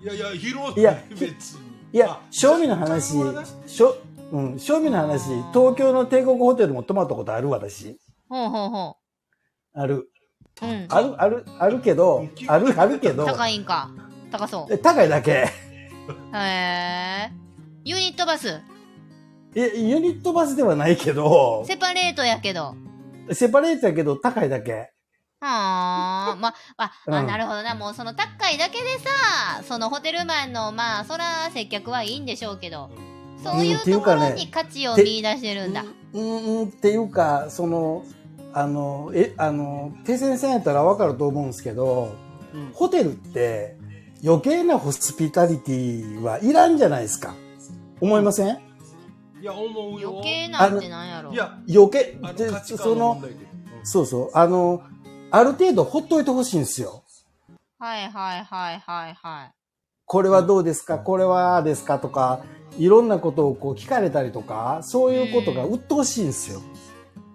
B: いやいや広
C: いや
B: 別に
C: いや
B: あ、
C: 正味の話
B: じゃあじゃあ、
C: しょ、うん、正味の話、東京の帝国ホテルも泊まったことある私。
A: ほうほうほ
C: ある。
A: う。うん。
C: ある、ある、あるけど、ある、あるけど、
A: 高いんか。高そう。
C: え高いだけ。
A: へえ。ユニットバス。
C: え、ユニットバスではないけど、
A: セパレートやけど。
C: セパレートやけど高いだけ。
A: はあ、まあ、あ、
C: うん
A: なるほどな。もうその高いだけでさ、そのホテルマンの、まあ、そら接客はいいんでしょうけど、そういう
C: ってい
A: と
C: う
A: こ
C: かね
A: ろに価値を見出してるんだ。
C: うんうんっていうか、その、あの、え、あの、手先生やったらわかると思うんですけど、
B: うん
C: ホテルって余計なホスピタリティはいらんじゃないですか。思いません
B: いや思うよ
A: 余計なんてなんやろ。
B: いや
C: 余計
B: あの、
C: で
B: 価値
C: そ
B: 観の問
C: の、
B: 題でうん
C: そうそう、あの、ある程度ほっといてほしいんですよ。
A: はいはいはいはいはい。
C: これはどうですかこれはああですかとか、いろんなことをこう聞かれたりとか、そういうことが鬱陶しいんですよ。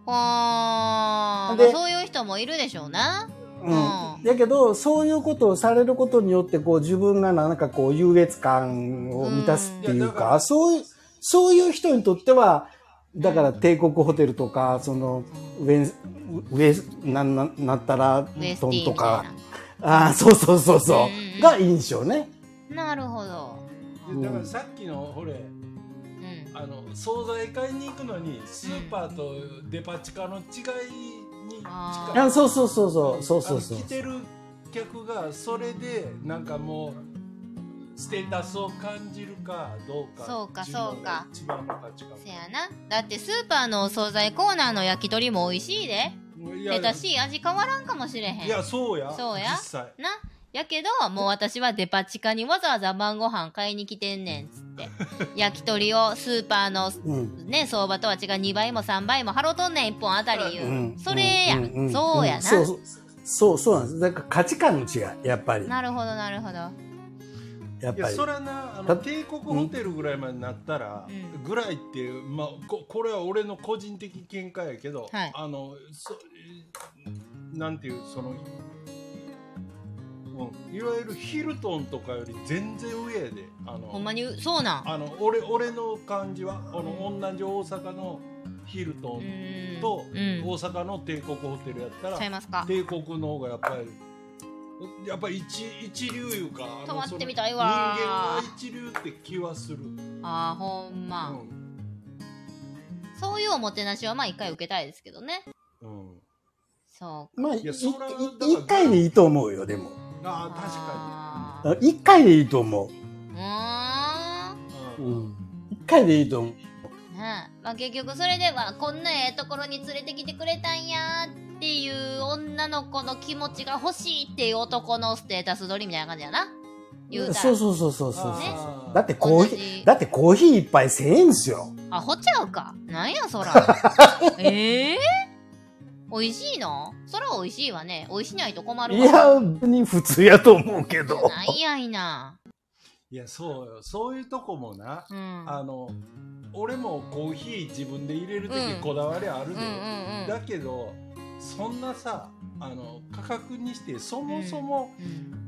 A: はあ、ま
C: で
A: あ、そういう人もいるでしょうな。う
C: うんん、だけどそういうことをされることによってこう自分がなんかこう優越感を満たすっていう
B: うんいやだか
C: か,、
B: ら
C: そういうそういう人にとってはだから帝国ホテルとかそのウェンウェなんなんなったら
A: ウエステ
C: ト
A: ィ
C: ン
A: ー
C: と
A: みた
C: か
A: い
C: ああそうそうそうそ
A: うんうんうん
C: うがいいんでしょうね。
A: な。なるほど。
B: いやだからさっきのほれ
A: うん。
B: あの惣菜買いに行くのにスーパーとデパ地下の違いに
A: あ
B: 近い
A: ー
C: あそうそうそうそうそう
B: あ
C: そ
B: の
C: うそう
B: 来てる客がそれでなんかもうステータスを感じるかどうか
A: そうか
B: 自分の
A: そうか
B: 一番の価値観
A: せやな。だってスーパーのお惣菜コーナーの焼き鳥も美味しいで。
B: い
A: 出たし、味変わらんかもしれへん。
B: いやそうや
A: そうや
B: 実際
A: な。やけど、もう私はデパ地下にわざわざ晩ご飯買いに来てんねん、つって。焼き鳥をスーパーの
C: うん
A: ね、相場とは違う2倍も3倍も払うとんねん、1本あたり
C: う
A: 言う。
C: ん
A: それや、
C: んんん
A: そうやな。
C: そうそうそうそうなんですだから価値観の違いやっぱり
A: なるほど、なるほど。
C: やっ
B: いや
C: ぱり
B: そらなあの
C: だ
B: 帝国ホテルぐらいまでなったら、
A: うん
B: ぐらいって、まあ、ここれは俺の個人的見解やけど、
A: はい
B: あのそなんていうその、うん、いわゆるヒルトンとかより全然上やであの
A: ほんまに、そうなん。
B: あの俺俺の感じはあの同じ大阪のヒルト
A: う
B: ン
A: ーん。
B: と
A: うん。
B: 大阪の帝国ホテルやったら、
A: ちゃいますか。
B: 帝国の方がやっぱりやっぱり一一流いうかあの
A: 泊まって
B: その
A: みたいわ
B: 人間は一流って気はする、
A: ああ、ほんま、
B: うん
A: そういうおもてなしはまあ一回受けたいですけどね。
B: うん、
A: そう。
C: まあ、い
B: いや
C: い
B: そらだから
C: 一回でいいと思うよ、でも。
B: ああ
A: あ
C: あ一回でいいと思
A: ーうーん。
B: 確か
C: う。
B: に、
C: うん。一回でいいと思う。
A: ねえまあ、結局それではこんなええところに連れてきてくれたんやっていう女の子の気持ちが欲しいっていう男のステータス取りみたいな感じやな言うたら
C: そうそうそうそうそう。
B: あー
C: だってコーヒ
A: 同じ
C: ー、だってコーヒー一杯1000円ですよ。
A: アホちゃうかなんや そらええ美味しいのそら美味しいわね美味しないと困る
C: い
A: わ
C: や、別に普通やと思うけど。
A: なんやいない
B: やそうよそういうとこもな、
A: うん
B: あの俺もコーヒー自分で入れる時
A: うん
B: こだわりあ
A: う
B: る
A: ん
B: で、
A: うん
B: だけどそんなさあの価格にしてそもそも
A: うんうん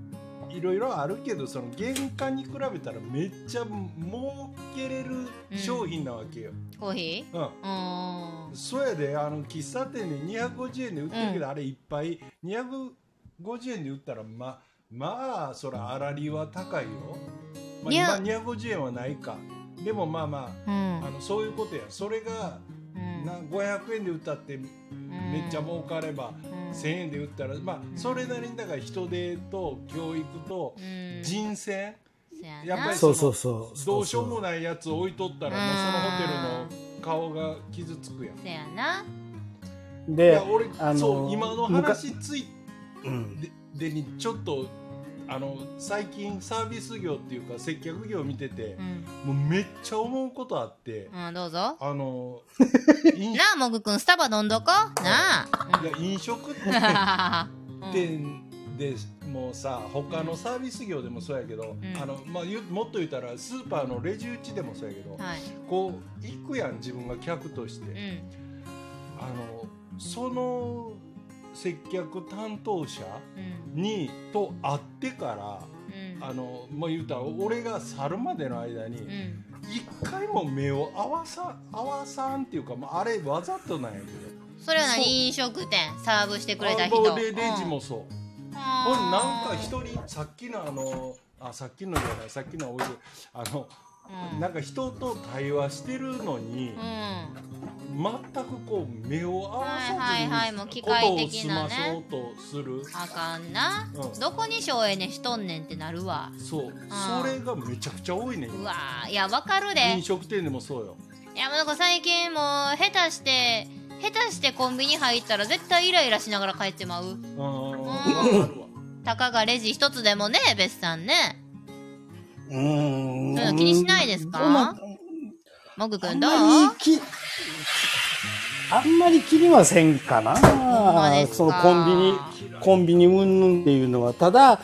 B: いろいろあるけど、その原価に比べたらめっちゃ儲けれる商品なわけよ。
A: コーヒ
B: うん
A: ーうーん
B: そうやであの喫茶店で250円で売ってるけど、あれいっぱい250円で売ったらままあそら粗利は高いよ、まあ、
A: に
B: 今
A: ゃ
B: 250円はないかでもまあま
A: う
B: あ
A: ん
B: あのそういうことやそれが
A: うん
B: な500円で売ったってめっちゃ儲かれば
A: うん
B: 1000円で売ったらまあそれなりにだから人手と教育と
A: うん
B: 人選
A: そやな
B: やっぱり
C: そうそうそう。
B: どうしようもないやつ置いとったらもう
A: あー
B: そのホテルの顔が傷つくやん。
A: そやな
B: い
C: で
B: や、俺、
C: あの
B: そう今の
C: むか
B: 話つい
C: うん。
B: ででにちょっとあの最近サービス業っていうか接客業見てて
A: う、ん、
B: もうめっちゃ思うことあって、
A: うん、どうぞ
B: あ の飲
A: なあモグくんスタバ飲んどこなあ
B: いや飲食って
A: うん
B: 店でもうさ他のサービス業でもそうやけど、
A: ん
B: あのまあ、ゆもっと言ったらスーパーのレジ打ちでもそうやけど、
A: はい
B: こう行くやん自分が客として。
A: うん
B: あのその接客担当者
A: うん
B: にと会ってから
A: うん
B: あのまあ言うたら俺が去るまでの間に
A: うん
B: 一回も目を合わさ合わさんっていうか、まあ、あれわざとなんやけど
A: それはな
B: そう
A: 飲食店サーブしてくれた
B: あ
A: 人
B: もうレレジ
A: うん
B: もそう、ほんでなん
A: あ
B: か
A: ー
B: 一人さっきのあのあさっきのじゃないさっきのはおいしいあの、
A: うん
B: なんか人と対話してるのに、
A: うん
B: 全くこう目を合わ
A: はいはいはい
B: さ
A: もう
B: ず
A: 機
B: にこと
A: 械
B: を
A: 的
B: 済
A: な
B: ま
A: ね
B: そうとする、
A: あかんな
B: うん
A: どこに省エネしとんねんってなるわ
B: そうそれがめちゃくちゃ多いねん
A: うわーいやわかるで
B: 飲食店でもそうよ
A: いやもうなんか最近もう下手して下手してコンビニ入ったら絶対イライラしながら帰ってまう
B: うん分
A: ん
B: かるわ
A: たかがレジ一つでもね別さんね
C: うーん。
A: そういうの気にしないですか
C: そんな
A: もぐく
C: あ
A: ん
C: ん
A: どう
C: まりき、あんまり気にはせんかな。
A: まですか
C: そのコンビニ、コンビニうんぬんっていうのは、ただ、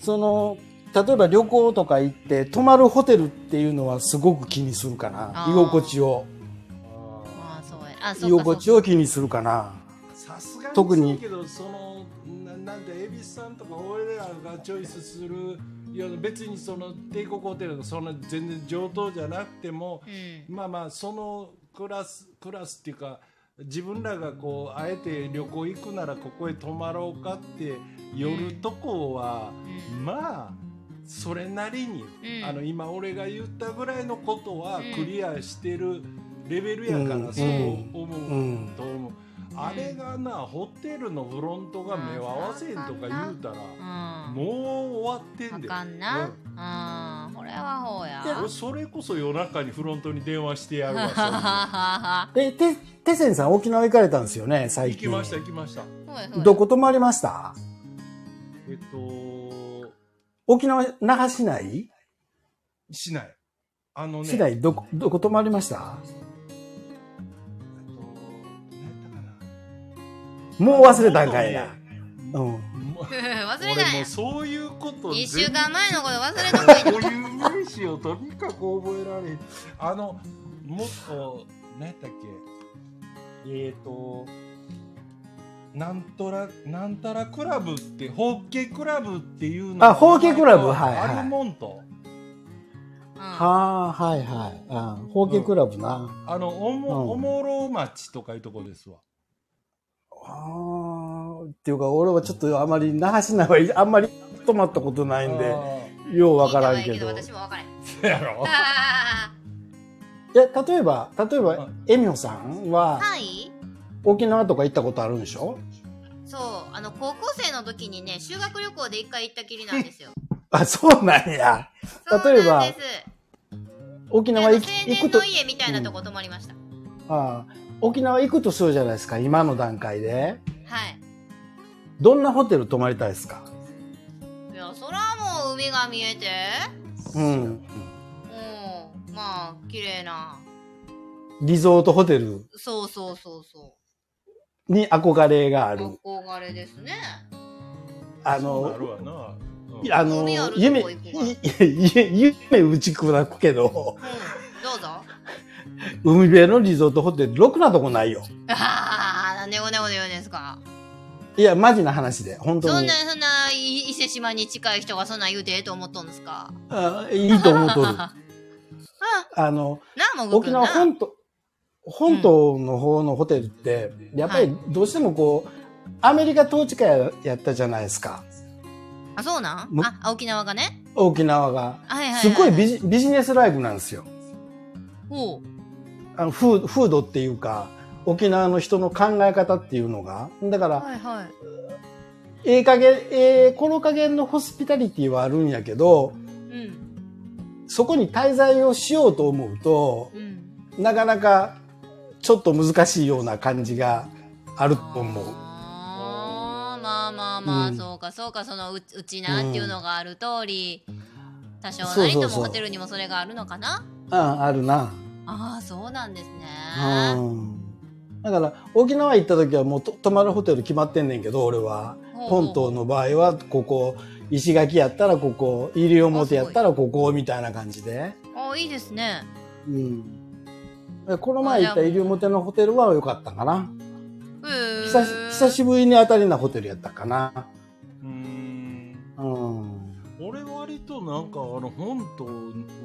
C: その、例えば旅行とか行って、泊まるホテルっていうのはすごく気にするか
A: あ
C: な。
A: ー
C: 居心地を、
A: あーそうやあそうか
C: 居
A: そう
C: 心
A: か
C: 地を気にするかな。
B: さすがに
C: 特に
B: そうけどそのななんて恵比寿さんとか俺らがチョイスするいや別にその帝国ホテルのそんな全然上等じゃなくても、
A: うん
B: まあまあそのクラスクラスっていうか自分らがこうあえて旅行行くならここへ泊まろうかって寄るとこは、まあそれなりに、
A: うん
B: あの今俺が言ったぐらいのことは
A: うん
B: クリアしてるレベルやから、
C: うん
B: そう思う。
C: うん。
B: と思うあれがなホテルのフロントが目を合わせんとか言うたら
A: うん
B: もう終わって
A: あ
B: んで
A: かんなあーこれはほうや
B: 俺それこそ夜中にフロントに電話して やるわそれ
C: で、て、てせんさん沖縄行かれたんですよね、最
B: 行き
C: 近。
B: ました行きました
A: そうやそうや
C: どこ泊まりました
B: えっと
C: 沖縄、那覇市内
B: 市内あのね
C: 市内、どこ、どこ泊まりました
B: えっと何やったかな
C: もう忘れたんかいな。う
B: も
C: ん。
B: うもう
A: 忘れたん
B: 俺も
A: や
B: うそういうこと
A: 一週間前のこと忘れた
B: こういう名詞をとにかく覚えられへんあのもっと何やったっけえっ、ー、となんとらなんたらクラブってホッケクラブっていうの
C: あホッケクラブ
B: あの
C: はいはい
B: アルモント
A: は
C: はあ、はいはい。あ包茎クラブな。
B: あのおも,、
C: うん
B: おもろ町とかいうとこですわ
C: ああ、っていうか、俺はちょっとあまり、那覇市内はあんまり泊まったことないんで、ようわからんけど。
A: 私もわからん
B: せやろ
C: え、例えば、例えば
B: う、
C: えみほさんは、
A: はい
C: 沖縄とか行ったことあるんでしょ
A: そうあの高校生の時にね修学旅行で一回行ったきりなんですよ
C: あ、そうなんや。 例えば
A: そうなんです
C: 沖
A: あの
C: 縄
A: 青
C: 行く行
A: 年
C: くと
A: の、家みたいなとこ泊まりました、
C: あー沖縄行くとするじゃないですか、今の段階で。
A: はい
C: どんなホテル泊まりたいですか
A: いやそらもう海が見えて
C: うん。
A: うんまあ綺麗な
C: リゾートホテル
A: そうそうそうそ
C: に憧れがあ
A: う
C: る。
A: 憧れですね
C: あ
B: そうなる
C: の、
B: わな。うん
C: あの
A: 海ある、とこ
C: 夢、
A: 行
C: い
A: くわ
C: いい夢打ち砕くけど
A: う、んどうぞ
C: 海辺のリゾートホテル、ろくなとこないよ。
A: ああねごねごね言うんですか
C: いや、マジな話で、本
A: そ
C: 当
A: ん
C: に
A: な。そんない伊勢志摩に近い人がそんなん言うてええと思っとんですか
C: あいいと思う とる。あの、
A: なあもぐく
C: 沖
A: んな
C: 縄本島、本島の方のホテルって、やっぱりどうしてもこう、アメリカ統治下ややったじゃないですか。
A: あそうなん
C: む
A: ああ沖縄がね
C: 沖縄が。
A: はいはい、はい、
C: すごいビジビジネスライクなんですよ。
A: ほ
C: あのフーフードっていうか、沖縄の人の考え方っていうのが。だか
A: う
C: ら、
A: はいはい
C: ええ加減、ええこの加減のホスピタリティはあるんやけど、
A: うん
C: そこに滞在をしようと思うと、
A: うん
C: なかなかちょっと難しいような感じがあると思う。
A: あーまあまあまあ、
C: うん
A: そうかそうかそのううちなっていうのがある通り、多少
C: そ
A: な
C: うそう
A: り
C: そう
A: ともホテルにもそれがあるのかな
C: うん、あるな。
A: ああそうなんですね
C: うん。だから、沖縄行った時はもうと泊まるホテル決まってんねんけど、俺は。
A: ほうほう
C: 本島の場合は、ここ、石垣やったらここ、西表やったらここ、みたいな感じで。
A: ああいいですね
C: うん。でこの前行った西表のホテルは良かったかな。
A: へえ
C: 久し久しぶりに当たりなホテルやったかな。
B: うーん。
C: うん。
B: 俺割となんかあの本島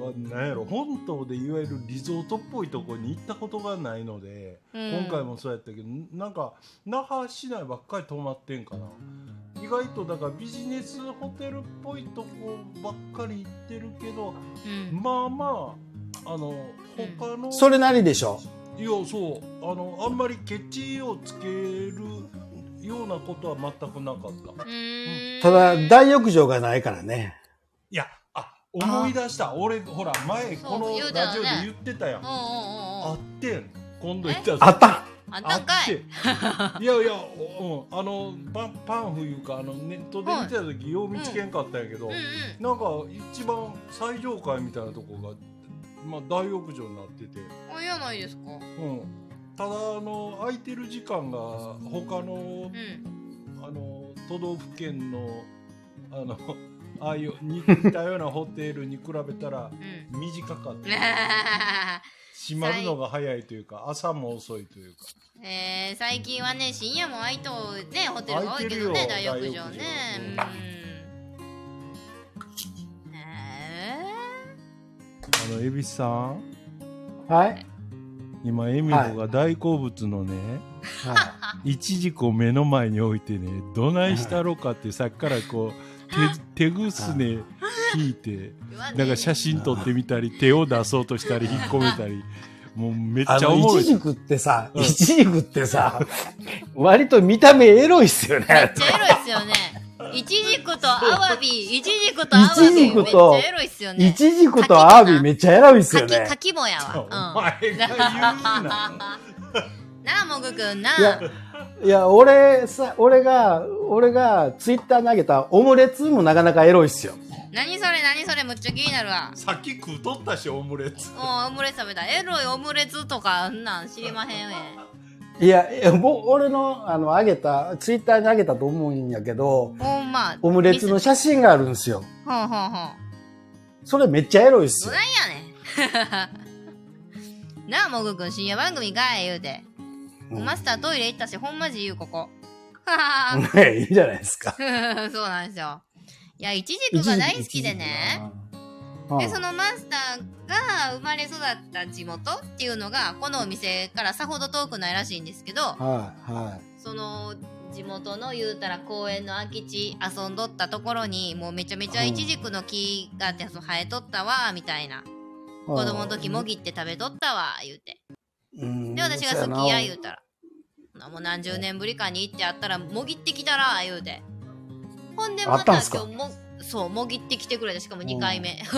B: はなんやろ本島でいわゆるリゾートっぽいとこに行ったことがないので、
A: うん
B: 今回もそうやったけどなんか那覇市内ばっかり泊まってんかな意外とだからビジネスホテルっぽいとこばっかり行ってるけど
A: うん
B: まあまああの
A: うん
B: 他の、
C: それなりでしょ。
B: いやそうあのあんまりケチをつけるようなことは全くなかった
A: うーん
C: ただ、大浴場がないからね。
B: いやあ思い出した俺ほら前
A: そう
B: この
A: 言うたよ
B: ラ
A: ね
B: ジオで言ってたやん、
A: うんうんうんうん
B: あってん今度行ったら
C: あった
A: あん
B: あ
A: たんかい
B: っていやいや、うん、あのパンパンフいうかあのネットで見てた時、よう見つけんかったんやけど、
A: うんうん
B: なんか一番最上階みたいなとこが、まあ、大浴場になってて、
A: あいいじゃないですか
B: うん、ただあの空いてる時間が他の
A: うん
B: あの都道府県のあの ああいうに似たようなホテルに比べたら
A: うん
B: 短かった閉まるのが早いというか朝も遅いというか
A: えー、最近はね深夜も空いとねホテルが多いけどね
B: 空い
A: 大
B: てるよ
A: 浴場ね
B: 大
A: うんえ
B: あの恵比寿さん
C: はい。
B: 今恵美子が大好物のね、、
C: はい
B: ちじくを目の前に置いてねどないしたろかってさっきからこう手手ぐすね引いて
A: ー、言わねえ
B: なんか写真撮ってみたり手を出そうとしたり引っ込めたりもうめっち
C: あ
B: ゃお
C: の、
B: もろ
C: イチ
B: い
C: ジクってさ、
B: うん
C: イチジクってさ、割と見た目エロいっすよ
A: めっ
C: ね。
A: ちゃエロいっすよねいちじくとアワビいちじくとアワビ
C: いちじ
A: めっ
C: く
A: ち
C: と
A: ゃエロいっすよね
C: イチジクとアワビめっちゃエロいっすよ
A: かき
C: ね
A: か。きもや
B: お
A: わ
B: 前が言う
A: うん
B: な
A: なあもぐくんない
C: や、いや、俺さ、俺が、俺がツイッター投げたオムレツもなかなかエロいっすよ。
A: 何それ何それむっちゃ気になるわ
B: さっき食うとったしオムレツ
A: もうオムレツ食べたエロいオムレツとかあんなん知りまへんわ
C: いや、いやぼ俺の、あの、あげた、ツイッターにあげたと思うんやけど、
A: ほんま
C: オムレツの
A: ミス
C: 写真があるんですよ。
A: ほんほんほん
C: それめっちゃエロいっす
A: ど
C: よ
A: な。いやねん なあもぐくん深夜番組かい言うて、
C: うん
A: マスタートイレ行ったしほんま自由ここはは
C: ね いいじゃないですか。
A: そうなんですよいやいちじくが大好きでね
C: うん。
A: でそのマスターが生まれ育った地元っていうのがこのお店からさほど遠くないらしいんですけど
C: はい、はい。
A: その地元の言うたら公園の空き地遊んどったところにもうめちゃめちゃイチジクの木があってそう生えとったわみたいな子供の時もぎって食べとったわ言うて
C: うん
A: で私が好きや言う
C: う
A: たら「ほなもう何十年ぶりかに行ってあったらもぎってきたら」言うてほんで
C: あ
A: ま
C: った
A: た
C: ん
A: 今
C: すか
A: 日もそうもぎってきてくれたしかも2回目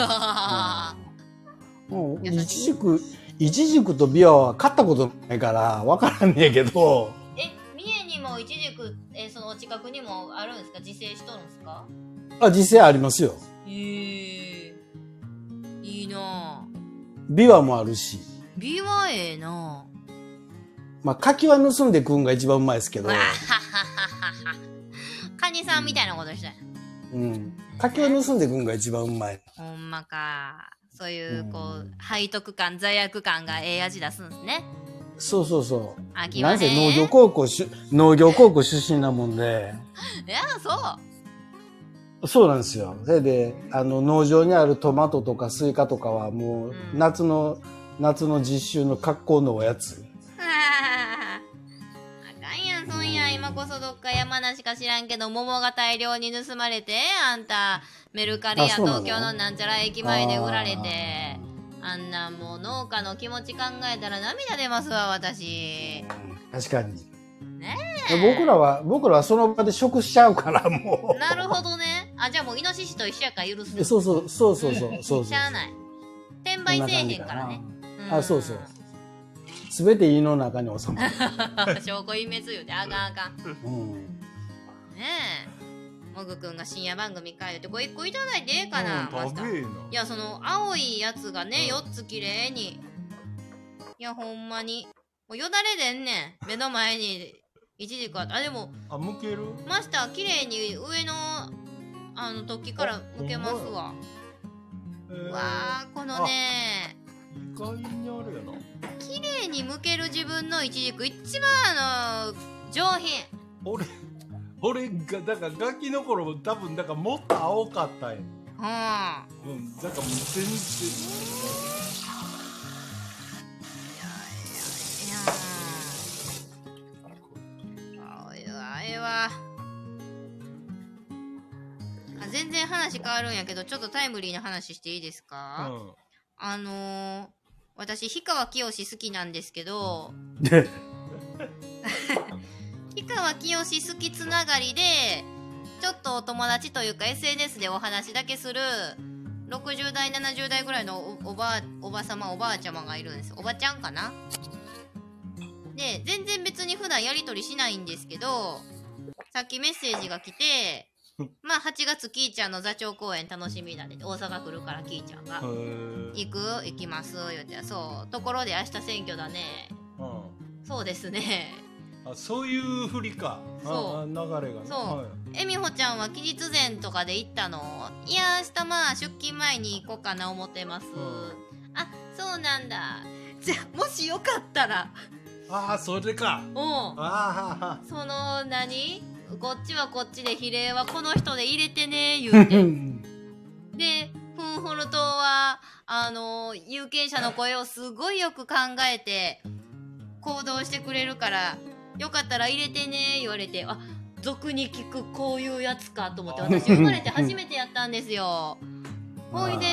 C: もう
A: 優しい
C: いちじくいちじくとビアは買ったことないから分からんねやけど
A: え三重にもイチジクえそのお近くにもあるんですか自生しとるんですか
C: あ、実際ありますよ。
A: ええいいなぁ
C: 琵琶もあるし。
A: 美はええな
C: まあ、柿は盗んで食うんが一番うまいですけ
A: ぁ
C: ど
A: わはは、ははカニさんみたいなことしたい
C: うん。柿は盗んで食うんが一番うまい。
A: ほんまかそういう
C: うん
A: こう背徳感罪悪感がええ味出すんですね
C: そうそうそ
A: 秋
C: う。
A: は
C: な
A: ね
C: ぜ農業高校しゅ、農業高校出身なもんで、
A: いや そ
C: そうなんですよ。それで、あの、農場にあるトマトとかスイカとかはもう、
A: うん
C: 夏の、夏の実習の格好のおやつ。
A: うはああかんやんそんやん今こそどっか山梨か知らんけど桃が大量に盗まれてあんたメルカリや
C: あそうなの
A: 東京のなんちゃら駅前で売られてあんなもう農家の気持ち考えたら涙出ますわ私
C: 確かに。
A: ね
C: 僕らは、僕らはその場で食しちゃうから、も
A: なるほどねあじゃあもうイノシシと一緒やから許す
C: う。そうそう、そうそうそう、そうそう。
A: しゃあない転売せえへんからねん
C: あ、そうそう。すべて胃の中に収ま る。
A: 証拠隠滅言うてあかんあかん
C: うん。
A: ねえもぐくんが深夜番組かよってこれ一個いただいてええかな、マ
B: うん
A: スタ
B: 食
A: ー
B: べえない
A: やその青いやつがね4つ綺麗にいやほんまにもうよだれ出んねん目の前にいちじくあったあでも
B: あ向ける
A: マスター綺麗に上のあの突起から向けますわ
B: えー
A: わあこのね
B: 意外にあれやな
A: 綺麗に向ける自分のいちじく一番あの上品
B: 俺俺がだからガキの頃も多分だからもっと青かったんや
A: うん
B: うんだからもう全然
A: いやー青いわあれはあ全然話変わるんやけどちょっとタイムリーな話していいですか、
B: うん
A: あのー、私氷川きよし好きなんですけど
C: で、
A: 氷川きよし好きつながりでちょっとお友達というか SNS でお話だけする60代70代ぐらいのおおばあおばさまおばあちゃまがいるんですおばちゃんかなで全然別に普段やり取りしないんですけどさっきメッセージが来てまあ8月キーちゃんの座長公演楽しみだねって大阪来るからキーちゃんが
B: へー
A: 行く行きます言うてそうところで明日選挙だね
B: うん
A: そうですね
B: あそういう振りかあ
A: そう
B: あ流れがね
A: そう
B: はい
A: えみほちゃんは期日前とかで行ったのいや明日まあ出勤前に行こうかな思ってます、
B: ん
A: あそうなんだ じゃあもしよかったら
B: ああそれか
A: おう
B: ああ
A: その何こっちはこっちで比例はこの人で入れてね言うてでフンホル島はあの有権者の声をすごいよく考えて行動してくれるからよかったら入れてね言われてあ俗に聞くこういうやつかと思って私生まれて初めてやったんですよ。ほいで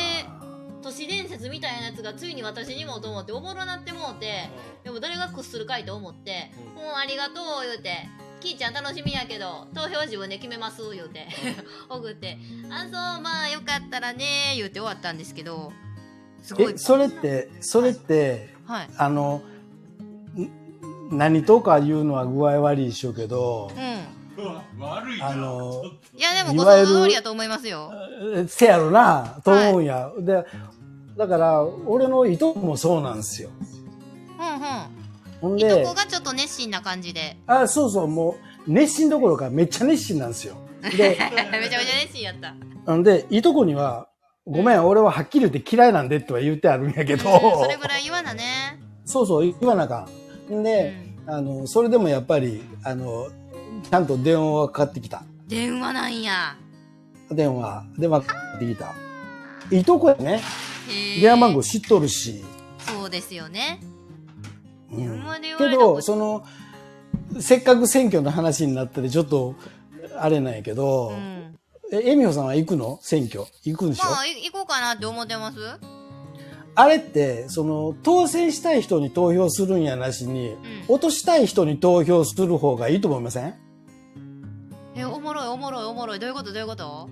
A: 都市伝説みたいなやつがついに私にもと思っておもろなってもうてでも誰が屈するかいと思って「
B: うん
A: もうありがとう」言うて「きーちゃん楽しみやけど投票自分で決めます」言うて 送って「あそうまあよかったらね」言うて終わったんですけどすごい
C: え、それって、それって、
A: はい
C: あの、ん何とか言うのは具合悪いっしょうけど
A: うん、
B: うわ悪いな
C: あの
B: ちょっと
A: いやでも
C: い
A: ご
C: わゆ
A: 想
C: る
A: 像通りやと思いますよ
C: えせやろな、と思うんや。で、だから、俺のいとこもそうなんですよ。
A: うんうん
C: ほん
A: いと
C: で
A: こ、がちょっと熱心な感じで
C: あ、そうそう、もう、熱心どころかめっちゃ熱心なんですよ。で、
A: めちゃめちゃ熱心やった
C: なんで、いとこには、ごめん、俺ははっきり言って嫌いなんでとは言ってあるんやけど、
A: うんそれぐらい言わなね
C: そうそう、言わなあかん。
A: う
C: で、
A: ん
C: あの、それでもやっぱり、あの、ちゃんと電話がかかってきた。
A: 電話なんや
C: 電話、電話かかってきた。いとこやね、
A: へえ
C: 電話番号知っとるし。
A: そうですよね
C: うん
A: 電話で言われ
C: け
A: たこと
C: ど、その、せっかく選挙の話になったり、ちょっと、あれなんやけど、
A: うん
C: え、えみほさんは行くの選挙。行くんでしょ、
A: まあい行こうかなって思ってます
C: あれって、その、当選したい人に投票するんやなしに、
A: うん
C: 落としたい人に投票する方がいいと思いません
A: えおもろいおもろいおもろいどういうことどういうこと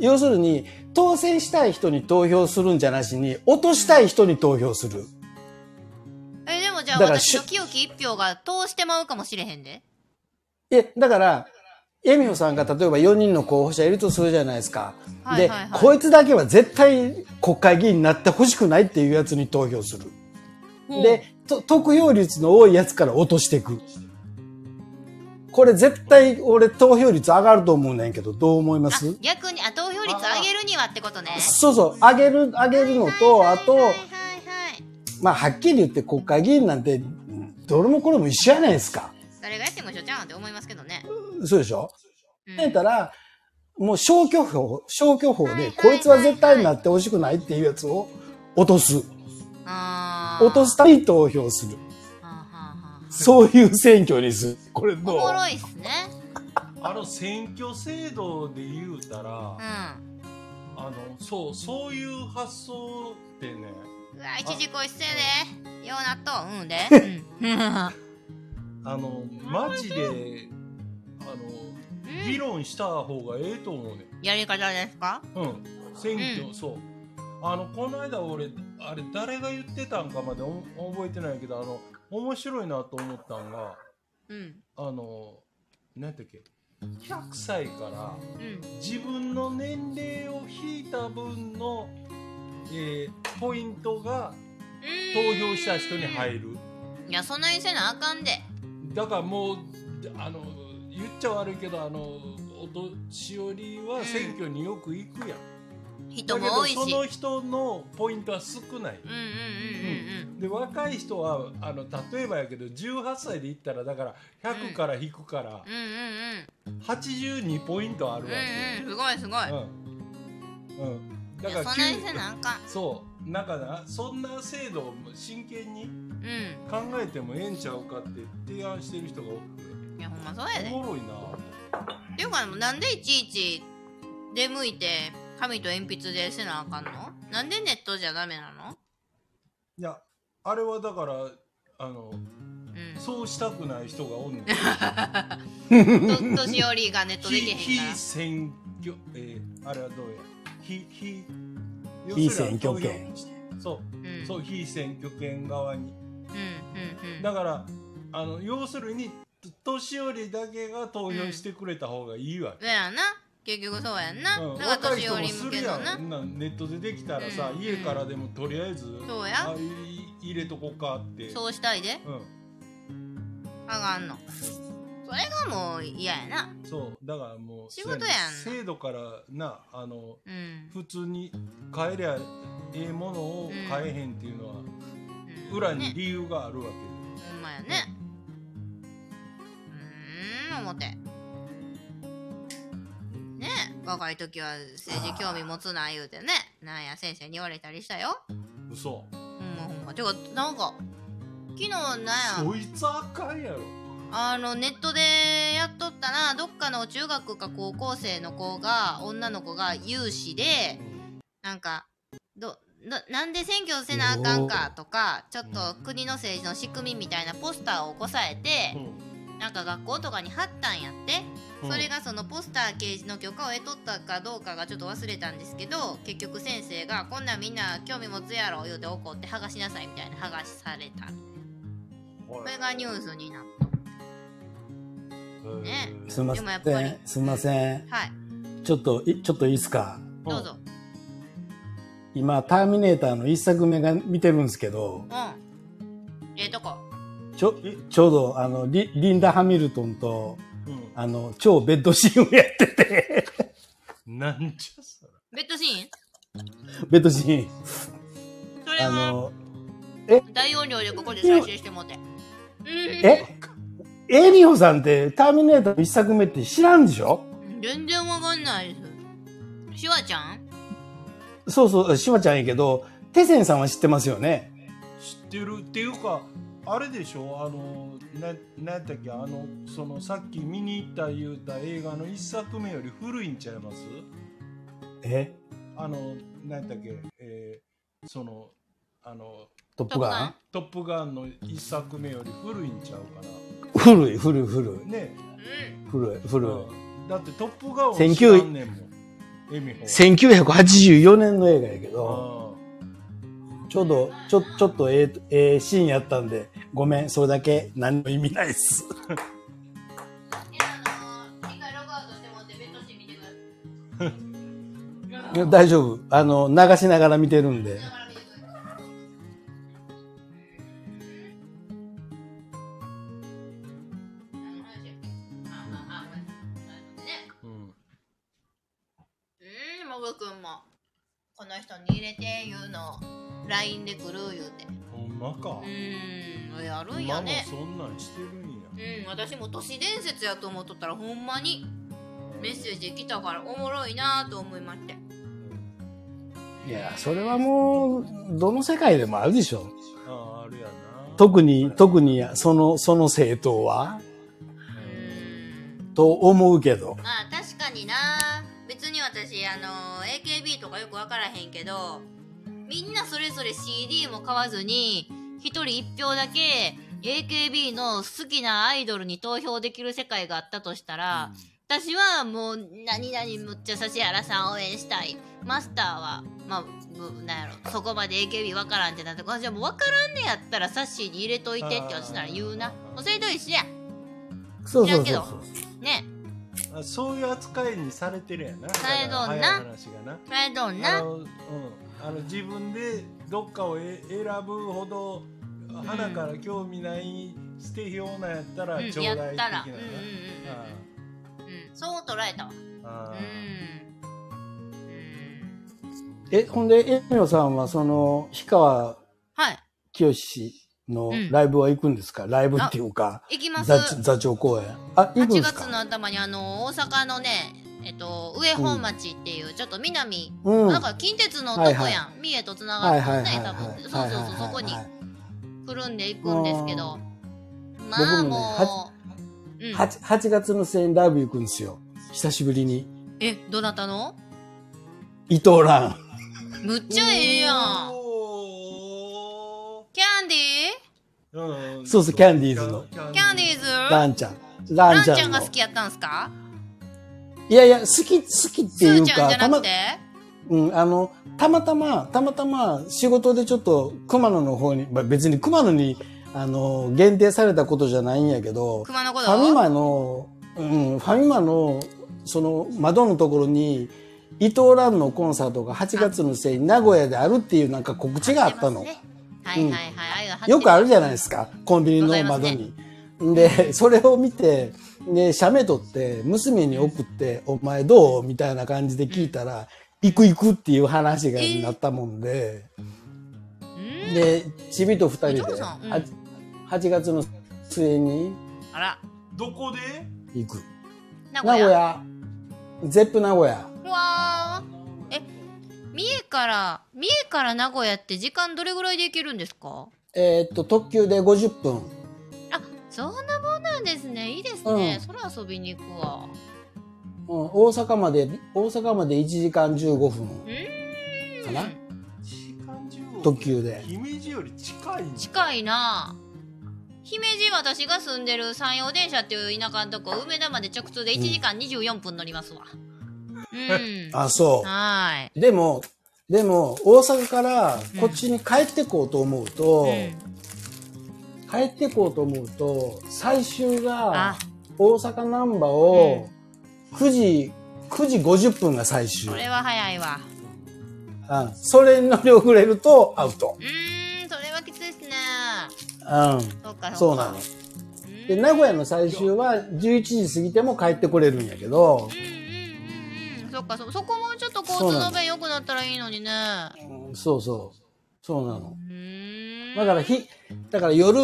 C: 要するに、当選したい人に投票するんじゃなしに、落としたい人に投票する。
A: えでもじゃあ
C: だから
A: 私
C: しゅ
A: の清き一票が通してまうかもしれへんで
C: え、だから、エミホさんが例えば4人の候補者いるとするじゃないですか。
A: はい
C: で
A: はい、はい
C: こいつだけは絶対国会議員になってほしくないっていうやつに投票する。
A: ほう
C: で、と得票率の多いやつから落としていく。これ絶対俺投票率上がると思うねんけど、どう思いま
A: あ
C: す
A: 逆にあ投票率上げるにはってことね
C: そうそう、上げる、上げるのと、あ
A: はいは
C: と
A: い、はい
C: まあ、はっきり言って国会議員なんて、どれもこれも一緒やないですか。
A: 誰がやっても一緒じゃんって思いますけどね、
C: そうでしょ
A: うん
C: やったら、もう消去法、消去法で、こいつは絶対になってほしくないっていうやつを落とす。
A: あー
C: 落とすために投票する。
A: はあはあはあ
C: そういう選挙にする。これど
A: お
C: う
A: もろいっすね
B: あの選挙制度で言うたら、
A: うん
B: あのそうそういう発想ってね
A: うわいちじこ一斉でようなっとううんで、うん
B: あのマジであの
A: うん
B: 議論した方がええと思うね
A: やり方ですか
B: うん選挙、
A: う
B: そうあのこの間俺あれ誰が言ってたんかまでお覚えてないけどあの面白いなと思ったんが
A: うん
B: あの何だっけ100歳から
A: うん
B: 自分の年齢を引いた分の、えーポイントが投票した人に入る
A: いやそんなにせなあかんで
B: だからもうあの言っちゃ悪いけどあのお年寄りは選挙によく行くやん、だ
A: 人
B: け
A: も
B: ど
A: 多いし
B: その人のポイントは少ない
A: うんうんうん
B: で若い人はあの例えばやけど18歳で行ったらだから
A: うん
B: 100から引くから
A: うんうんうんうんうん
B: 82ポイントあるわ
A: うんうんすごいすごい
B: け、うんうん、だ
A: い
B: か
A: や
B: ら
A: そんなにせなあかん
B: そうなんかなそんな制度を真剣に
A: う
B: 考えてもええんちゃうかって提案してる人が多く
A: んいやほんまそうや
B: て
A: で
B: おもろいな
A: っていうかなんでいちいち出向いて紙と鉛筆でせなあかんのなんでネットじゃダメなの
B: いやあれはだからあの
A: うん
B: そうしたくない人がお んねん
A: と年寄りがネットできへ
B: 非
A: んから
B: 非選挙えー、あれはどうや非非
C: 非選挙権
B: 要するに投票そううん
A: うん
B: そう非選挙権側
A: う
B: に
A: んうん
B: だからあの要するにと年寄りだけが投票してくれた方がいいわけ、
A: そうやな結局そうやんな、
B: うん
A: だから
B: 若
A: 年
B: い人
A: 寄
B: も
A: り
B: す
A: 向
B: る
A: け
B: や
A: の
B: ん
A: な
B: そんなんネットでできたらさ、
A: うん
B: 家からでもとりあえず
A: そうや
B: あい入れとこうかって
A: そうしたいで
B: う、
A: あがんのそれがもう嫌やなん
B: そうだからもう
A: 仕事やんな
B: そう制度からなあの
A: うん、
B: 普通に買えりゃええものを買えへんっていうのは
A: うん、
B: 裏に
A: ね
B: 理由があるわけ
A: ほんまやねうーん思ってね若い時は政治興味持つな言うてねなんや先生に言われたりしたよ
B: で嘘
A: ほんまほんまてかなんか昨日なんや
B: そいつあかんやろ
A: あのネットでやっとったなどっかの中学か高校生の子が女の子が有志でなんかどななんで選挙せなあかんかとかちょっと国の政治の仕組みみたいなポスターを起こさえて、なんか学校とかに貼ったんやって、それ
B: が
A: がそのポスター掲示の許可を得とったかどうかがちょっと忘れたんですけど結局先生が「こんなんみんな興味持つやろ」言うて怒って剥がしなさいみたいな剥がしされたこれがニュースになったね
C: すいますせ
A: でもやっぱり
C: ん。すいません。
A: はい
C: ちょっと、いちょっといいですか
A: どうぞ
C: 今、ターミネーターの一作目が見てるんですけど、
A: うんええとこ
C: ちょ、ちょうど、あの、リリンダ・ハミルトンと、
B: うん
C: あの、超ベッドシーンをやってて、
B: なんじゃそれ
A: ベッドシーン
C: ベッドシーン、
A: それ
C: あ
A: は
C: の、
A: 大音量でここで再生してもうてうん
C: えエリホさんって、ターミネーターの一作目って知らんでしょ
A: 全然わかんないですシュワちゃん
C: そうそう、シマちゃんやけど、テセンさんは知ってますよね。
B: 知ってるっていうかあれでしょあのななんやったっけあのそのさっき見に行った言うた映画の一作目より古いんちゃいます
C: え
B: あのなんやったっけ、えー、そのあの
C: トップガン
B: 「トップガン」の一作目より古いんちゃうかな
C: 古い、古い、古い、
B: ね
A: うん
C: 古い、古い。
B: だって「トップガン」を
C: 19
B: 知らんねんもんエミホ
C: 1984年の映画やけど、
B: あ
C: ちょうど、ちょ、ちょっとええ、ええシーンやったんで、ごめん、それだけ何も意味ないっす。
A: いやあのー一回ログア
C: いや大丈夫。あの、流しながら見てるんで。
B: うん
A: うん、もぐくんも、この人に入れて、言うの、LINE で来る言うて。
B: ほんまか
A: う。ーん、やるんや
B: 今も
A: ね。
B: そんなんしてるん
A: う
B: や。
A: ん、私も都市伝説やと思っとったら、ほんまにメッセージ来たからおもろいなと思いまして。
C: いや、それはもう、どの世界でもあるでしょ。
B: ああ、あるやな。
C: 特に、特に、その、その政党は
A: うーん。
C: と思うけど。
A: まあ確かにな別に私あの AKB とかよく分からへんけどみんなそれぞれ CD も買わずに一人一票だけ AKB の好きなアイドルに投票できる世界があったとしたら、私はもう何々むっちゃ指原さん応援したいマスターはまあむなんやろそこまで AKB 分からんってなってあじゃあもう分からんねやったらサッシーに入れといてって私なら言うなもうそれと一緒や
C: そうそう
A: 知
C: そ
A: らん
C: う
A: け
C: そう。
A: ね
B: あそういう扱いにされてるやな。
A: されどんな
B: 早い話がな。
A: それどん
B: あ
A: な
B: の、うん、あの自分でどっかをえ選ぶほど花から興味ない捨てようなんやったら
A: うん
B: ちょうだい
A: やっ
B: 的
A: た
B: な
A: らう
B: な
A: んうんうんうん、そう捉えたわ。
B: ああ
A: うん。うん。
C: え、ほんで、えみょさんは、その、氷川
A: はい。
C: きよしの
A: うん
C: ライブは行くんですか、ライブっていうか、
A: 行きます。
C: 座座長公演。あ、行く
A: 8
C: んですか
A: 月の頭にあの大阪のね、えっと上本町っていうちょっと南、
C: うん。
A: なんか近鉄のとこやん、
C: はい
A: 三重とつながって
C: はい
A: んね、
C: はいはいはい
A: 多
C: は
A: 分。
C: い。
A: そうそうそうそこに来るんで行くんですけど、まあ
C: 僕もね
A: もう、うん、
C: 8, 月の末にライブ行くんですよ。久しぶりに。
A: えどなたの？
C: 伊藤蘭。
A: むっちゃええやん。
B: お
A: キャンディ
B: ーうん
C: そうそうキャンディーズの
B: キャ
A: ー？キャンディーズ？
C: ランちゃん。ラ
A: ラ
C: ン
A: ン
C: ち
A: ち
C: ゃんの。
A: ゃんが好きやったんすか？
C: いやいや、好き、好きって
A: ス
C: い
A: ー
C: う
A: ちゃん
C: か、
A: じゃな
C: たま
A: くて、？
C: うん、あの、たまたま、たまたま、仕事でちょっと、熊野の方に、まあ、別に熊野に、あの、限定されたことじゃないんやけど、フ
A: 熊の子だ。
C: ァミマの、うん、ファミマの、その、窓のところに、伊藤蘭のコンサートが8月の末に名古屋であるっていうなんか告知があったの。
A: ねはいはいはい。ああいうの貼って
C: よくあるじゃないですか、コンビニの窓に。で、それを見て、で、写メ撮って、娘に送って、お前どうみたいな感じで聞いたら、行く行くっていう話がになったもんで、
A: うん。
C: で、ちびと二人で、
A: お嬢さんうん
C: は8月の末に
A: あら。
B: どこで
C: 行く。
A: 名
C: 名
A: 古屋。
C: 古屋、ゼップ名古屋。
A: うわー。え、三重から、三重から名古屋って時間どれぐらいで行けるんですか
C: えーっと、特急で50分。
A: あ、そんなもんなんですね。いいですね。空遊びに行くわ。
C: うん、大阪まで、大阪まで1時間15分
A: うーん。
C: かな、
B: 時間中央
C: 特急で。
B: 姫路より近いん
A: 近いな姫路私が住んでる山陽電車っていう田舎のとこ梅田まで直通で1時間24分乗りますわうん
C: あ、そう。
A: は
C: でも、でも、大阪からこっちに帰ってこうと思うと、
A: ーい、うん、
C: 帰ってこうと思うと、最終が
A: あ
C: 大阪ナンバーを9時、9時50分が最終
A: こ。れは早いわ
C: うん、それに乗り遅れるとアウト。
A: うーんそれはきついですね
C: う
A: そうか
C: ん、
A: そ
C: そうう
A: か
C: なの。
A: うーん
C: で、名古屋の最終は11時過ぎても帰ってこれるんやけど
A: う、んうんうんうんそっかそそこもちょっと
C: そ
A: 交
C: う
A: 通
C: なの
A: の便良くなったらいいのにね
C: うんそうそう、そうなの
A: う。ーん
C: だからひ、だから夜、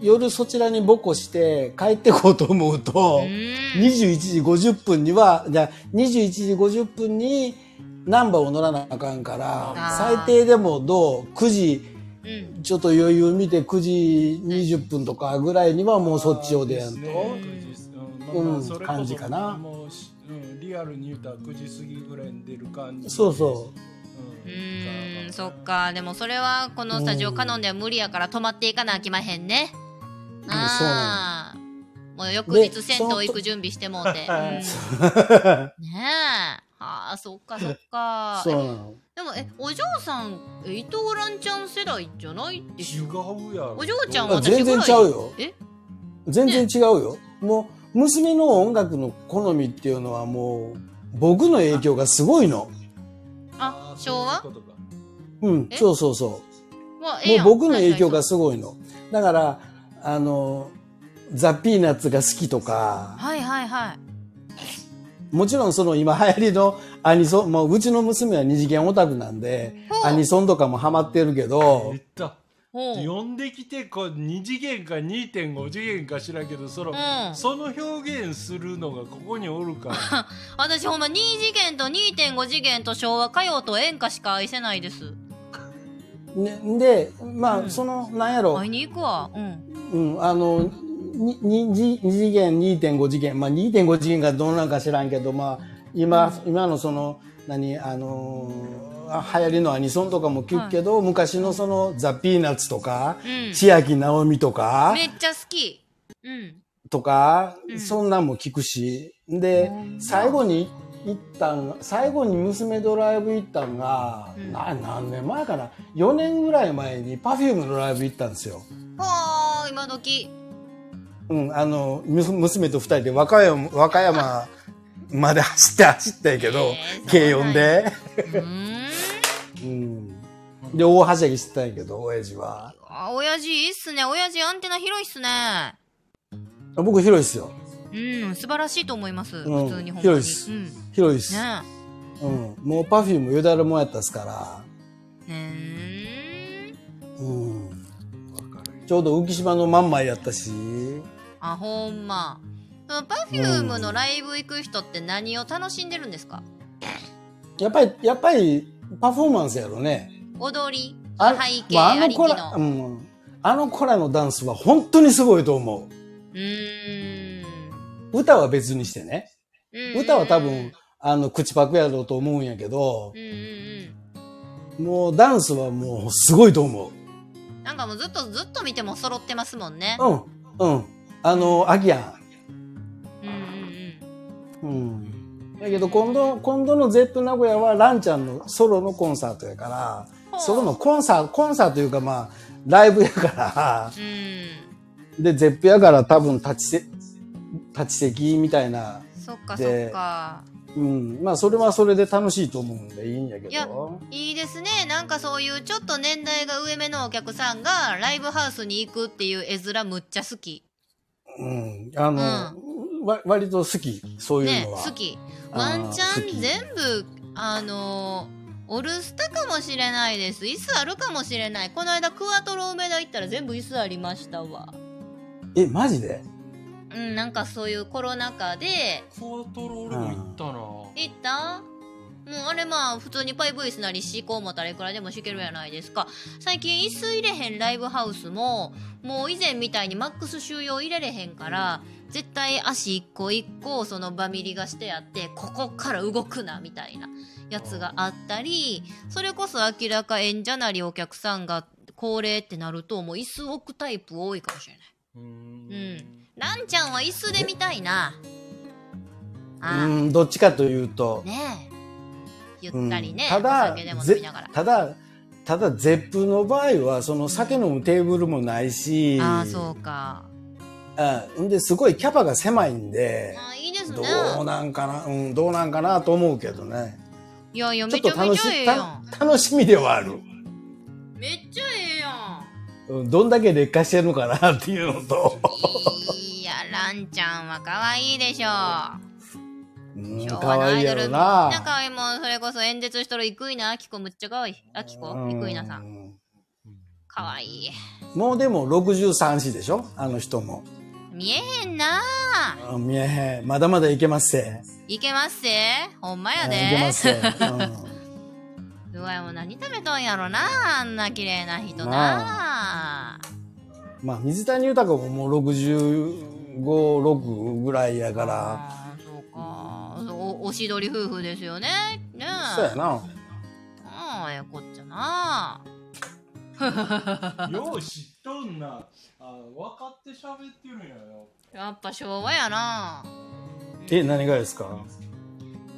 C: 夜そちらに母校して帰ってこうと思うと、
A: うーん
C: 21時50分には、じゃあ21時50分にナンバーを乗らなあかんから、
A: あー
C: 最低でもどう ?9 時、
A: うん
C: ちょっと余裕見て9時20分とかぐらいにはもうそっちを出やんと。
B: と
C: うん感じかな
B: もうしうんリアルに言うたら9時過ぎぐらいに出る感じ
C: そうそ
B: う
C: う
B: ん
A: ーんそっかでもそれはこのスタジオカノンでは無理やから止まっていかなあきまへんね、
C: ん
A: ああもう翌
C: で
A: 日銭
C: その
A: 湯行く準備してもうて、うん ねえああそっかそっか
C: そうなの。
A: でもえお嬢さんえ伊藤蘭ちゃん世代じゃないでし
B: 違
A: ょ
B: うやろ
A: お嬢ちゃん
C: あ
A: は
C: 全然ちゃうよ。
A: え
C: 全然違うよ。もう、娘の音楽の好みっていうのはもう、僕の影響がすごいの。
A: あ昭和
B: そういうことか
C: うん、
A: え
C: そうそうそう。
A: わええ
C: もう
A: やん
C: 僕の影響がす
A: 確
C: ごいの。だから、あの、ザ・ピーナッツが好きとか、
A: かにそうはいはいはい
C: もちろんその今流行りのアニソン、もううちの娘は二次元オタクなんで、
A: ほう
C: アニソンとかもハマってるけど
B: 言っ、た
A: ほううん
B: 呼んできてこう2次元か2.5次元かしらんけどその、その表現するのがここにお るから
A: 私ほんま2次元と2.5次元と昭和歌謡と演歌しか愛せないです
C: ね、で、ま
B: う
C: あ、
B: ん
C: その、なんやろ
A: 会い、に行くわうん
C: うん、あの、にに二二次元、2.5次元、まあ2.5次元がどんなんか知らんけど、まあ、今、今のその、何、あのー流行りのアニソンとかも聞くけど、昔のその、ザ・ピーナッツとか、
A: うん
C: 千秋直美とか
A: め、っちゃ好きうん
C: とか
A: う、ん
C: そんなんも聞くし。で、最後に行ったん、最後に娘ドライブ行ったんが、
A: うん
C: な何年前かな ?4 年ぐらい前に Perfume のライブ行ったんですよ。
A: はあ今時
C: うん、あの、む娘と二人で和歌山、和歌山まで走って走ったんやけど、
A: へえ
C: 軽
A: そうなん
C: 音
A: や
C: で。
A: うーん
C: うん。で、大はしゃぎしてたんやけど、親父は。
A: あ親父いいっすね親父アンテナ広いっすね
C: 僕広いっすよ。
A: うん素晴らしいと思います、
C: うん
A: 普通に本当に
C: 広いっす
A: うんね
C: 広いっす。うん。もう Perfume よだれもんやったっすから。
A: えねえ
C: うん。
B: わかる
C: ちょうど浮島のまんまやったし、
A: あほんまその Perfume のライブ行く人って何を楽しんでるんですか
C: やっぱり、やっぱり、パフォーマンスやろね。
A: 踊り
C: あ
A: 背景
C: まあ、あ
A: あ
C: の
A: りき
C: 子
A: の,、
C: ら、うん。あの子らのダンスは本当にすごいと思
A: うーん
C: う。歌は別にしてね。
A: うん
C: 歌は多
A: うん
C: 分、あの、口パクやろうと思うんやけど
A: うん、う
C: もうダンスはもうすごいと思う。
A: んなんかもうずっとずっと見ても揃ってますもんね
C: うん。うん。あの、アキア
A: うんうん
C: ン。うん。だけど今度、今度の Z 名古屋はランちゃんのソロのコンサートやか
A: ほ
C: ら、
A: う
C: ソロのコンサート、コンサートというかまあ、ライブやから、
A: うんうん
C: で、ゼップやから多分立ちせ、立ち席みたいな。
A: そっかそ
C: で
A: っか
C: うん。まあ、それはそれで楽しいと思うんでいいんやけ
A: いや
C: ど。
A: いいですねなんかそういうちょっと年代が上目のお客さんがライブハウスに行くっていう絵面むっちゃ好き
C: うん。あの、わ割と好き、そういう
A: ね
C: のは。
A: 好き
C: あー
A: ワンチャ
C: 好
A: ン
C: き
A: 全部あのーオルスタかもしれないです椅子あるかもしれないこの間クワトロ梅田行ったら全部椅子ありましたわ
C: え、マジで
A: うんなんかそういうコロナ禍で
B: コアトロ俺も行ったな
A: 行ったもうあれまあ普通にパイブ椅子なりしこう思ったらいくらでも敷けるやないですか最近椅子入れへんライブハウスももう以前みたいにマックス収容入れれへんから絶対足一個一個そのバミリがしてあってここから動くなみたいなやつがあったりそれこそ明らか演者なりお客さんが高齢ってなるともう椅子置くタイプ多いかもしれない
B: うん
A: うんランちゃんは椅子で見たいなああ
C: うん、どっちかというと、
A: ねえゆ
C: うん
A: ったりね、
C: た
A: お
C: だ
A: 酒でも飲み
C: ぜ
A: ながら
C: ただただゼップの場合はその酒飲むテーブルもないし、
A: ああそうか
C: うんですごいキャパが狭いんで
A: ああいいですね
C: どうなんかな、うん、どうなんかなと思うけどね
A: いやいや
C: ちょ
A: め
C: っ
A: ち
C: と
A: ゃめ
C: 楽
A: ちゃええ
C: した
A: や
C: 楽しみではある、
A: んめっちゃええやん
C: うん、どんだけ劣化してるのかなっていうのと、
A: いやランちゃんは可愛いでしょ
C: うん、
A: 昭
C: か
A: 和の
C: わ
A: ア
C: い
A: イ
C: い
A: ド
C: や
A: ルみ
C: ろ
A: ん
C: な
A: な可愛いもんそれこそ演説しとるイクイナアキコむっちゃ可愛いアキコイクイナさ
C: うんん
A: 可愛い
C: もうでも63歳でしょあの人も、
A: 見えへんな
C: うん、見えへんまだまだいけますせ
A: いけますせほんまや
C: うん
A: で
C: いけますせ、う
A: うわもう何食べとんやろなあんな綺麗な人な
C: なまあ、水谷豊ももう65、6ぐらいやから、
A: あーそうかおおしどり夫婦ですよねねえ
C: そうやな。
A: ああええこっちゃな
B: よう知っとんなあ分かって喋ってるんやよ
A: やっぱ昭和やな
C: え、何がですか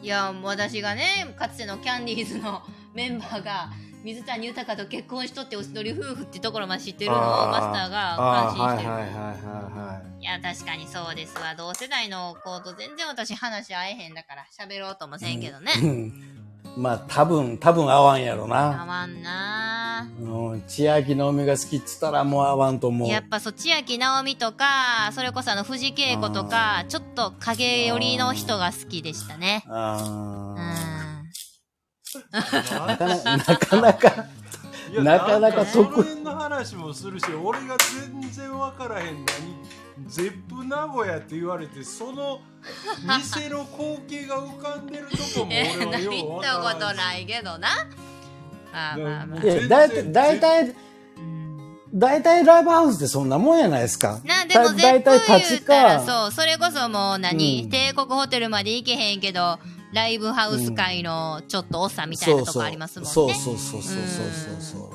A: いや私がねかつてのキャンディーズの メンバーが水谷豊と結婚しとっておしどり夫婦ってところまで知ってるのを
C: あー
A: マスターが
C: あ
A: 感
C: あ、は
A: 心
C: い
A: して
C: はい
A: る、
C: はいはい
A: い
C: はい。
A: や確かにそうですわ同世代の子と全然私話合えへんだから喋ろうともせんけどね、
C: うんまあ多分、多分合わんやろ
A: 合
C: な。
A: わんな
C: うん、千秋の海が好きっつったらもう合わんと思う。
A: やっぱそう千秋直美とかそれこそあの藤恵子とかちょっと影寄りの人が好きでしたねうん
C: あ ー
B: な
C: なかななかなか、
B: いや
C: なかなか
B: んその
C: 得
B: 辺の話もするし俺が全然分からへんのにゼップ名古屋って言われてその店の光景が浮かんでるとこも
A: え
B: 俺は よ
A: 見
B: う分
A: たこ
B: から
A: と
B: んし
A: ないけどなまあまあまあ
C: いや、だいたい、だいたい、だいたいライブハウスってそんなもんやないですか。
A: なでも
C: だ
A: 絶対
C: いたい
A: 言
C: 立
A: う
C: ち
A: たら
C: か。
A: そうそれこそもう何、
C: うん
A: 帝国ホテルまで行けへんけどライブハウス界のちょっと長みたいなとこありますもんね。
C: そうそうそうそうそうそうそう。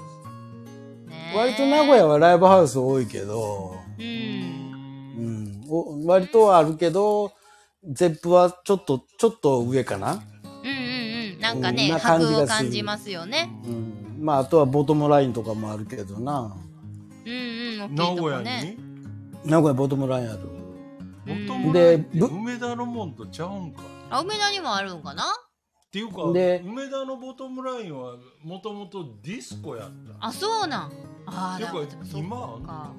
A: ね
C: 割と名古屋はライブハウス多いけど、
A: うん
C: うん、お割とはあるけど、ゼップはちょっと、ちょっと上かな。
A: うんうんうんなんかね
C: うんな感じ
A: 箔
C: がする
A: を感じますよね。
C: うん、まあ、あとはボトムラインとかもあるけどな。
A: うんうん
B: 名
A: 大きいと
B: 古
A: こ
B: 屋
A: ね。
B: に
C: 名古屋ボトムラインある。
A: うん
B: 元々
C: でぶ
B: 梅田のもんとちゃうんかっ
A: あ梅田にもあるんかな
B: ていうか
C: で
B: 梅田のボトムラインはもともとディスコやった
A: あそうなん。ああだから
B: てか
A: そっ
B: 今あんの
A: か。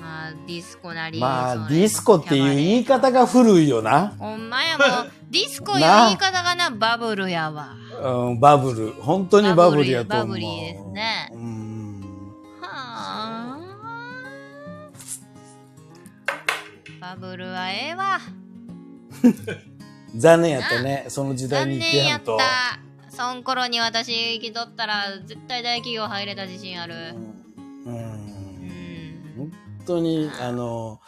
A: まあディスコなり。
C: ま
A: そ
C: あ、
A: う
C: ディスコっていう言い方が古いよな。
A: ほんまやもうディスコいう言い方 がなバブルやわ。
C: うん、バブル。本当にバブルやと思う。
A: バブルバブルですね
C: うん。
A: はあ。バブルはええわ。
C: 残念やったね。その時代
A: 残
C: に行って
A: 念や
C: や
A: っ
C: ると。
A: た。そん頃に私生きとったら絶対大企業入れた自信ある。
C: う
A: う
C: ん。
A: ん。
C: 本当に、あの、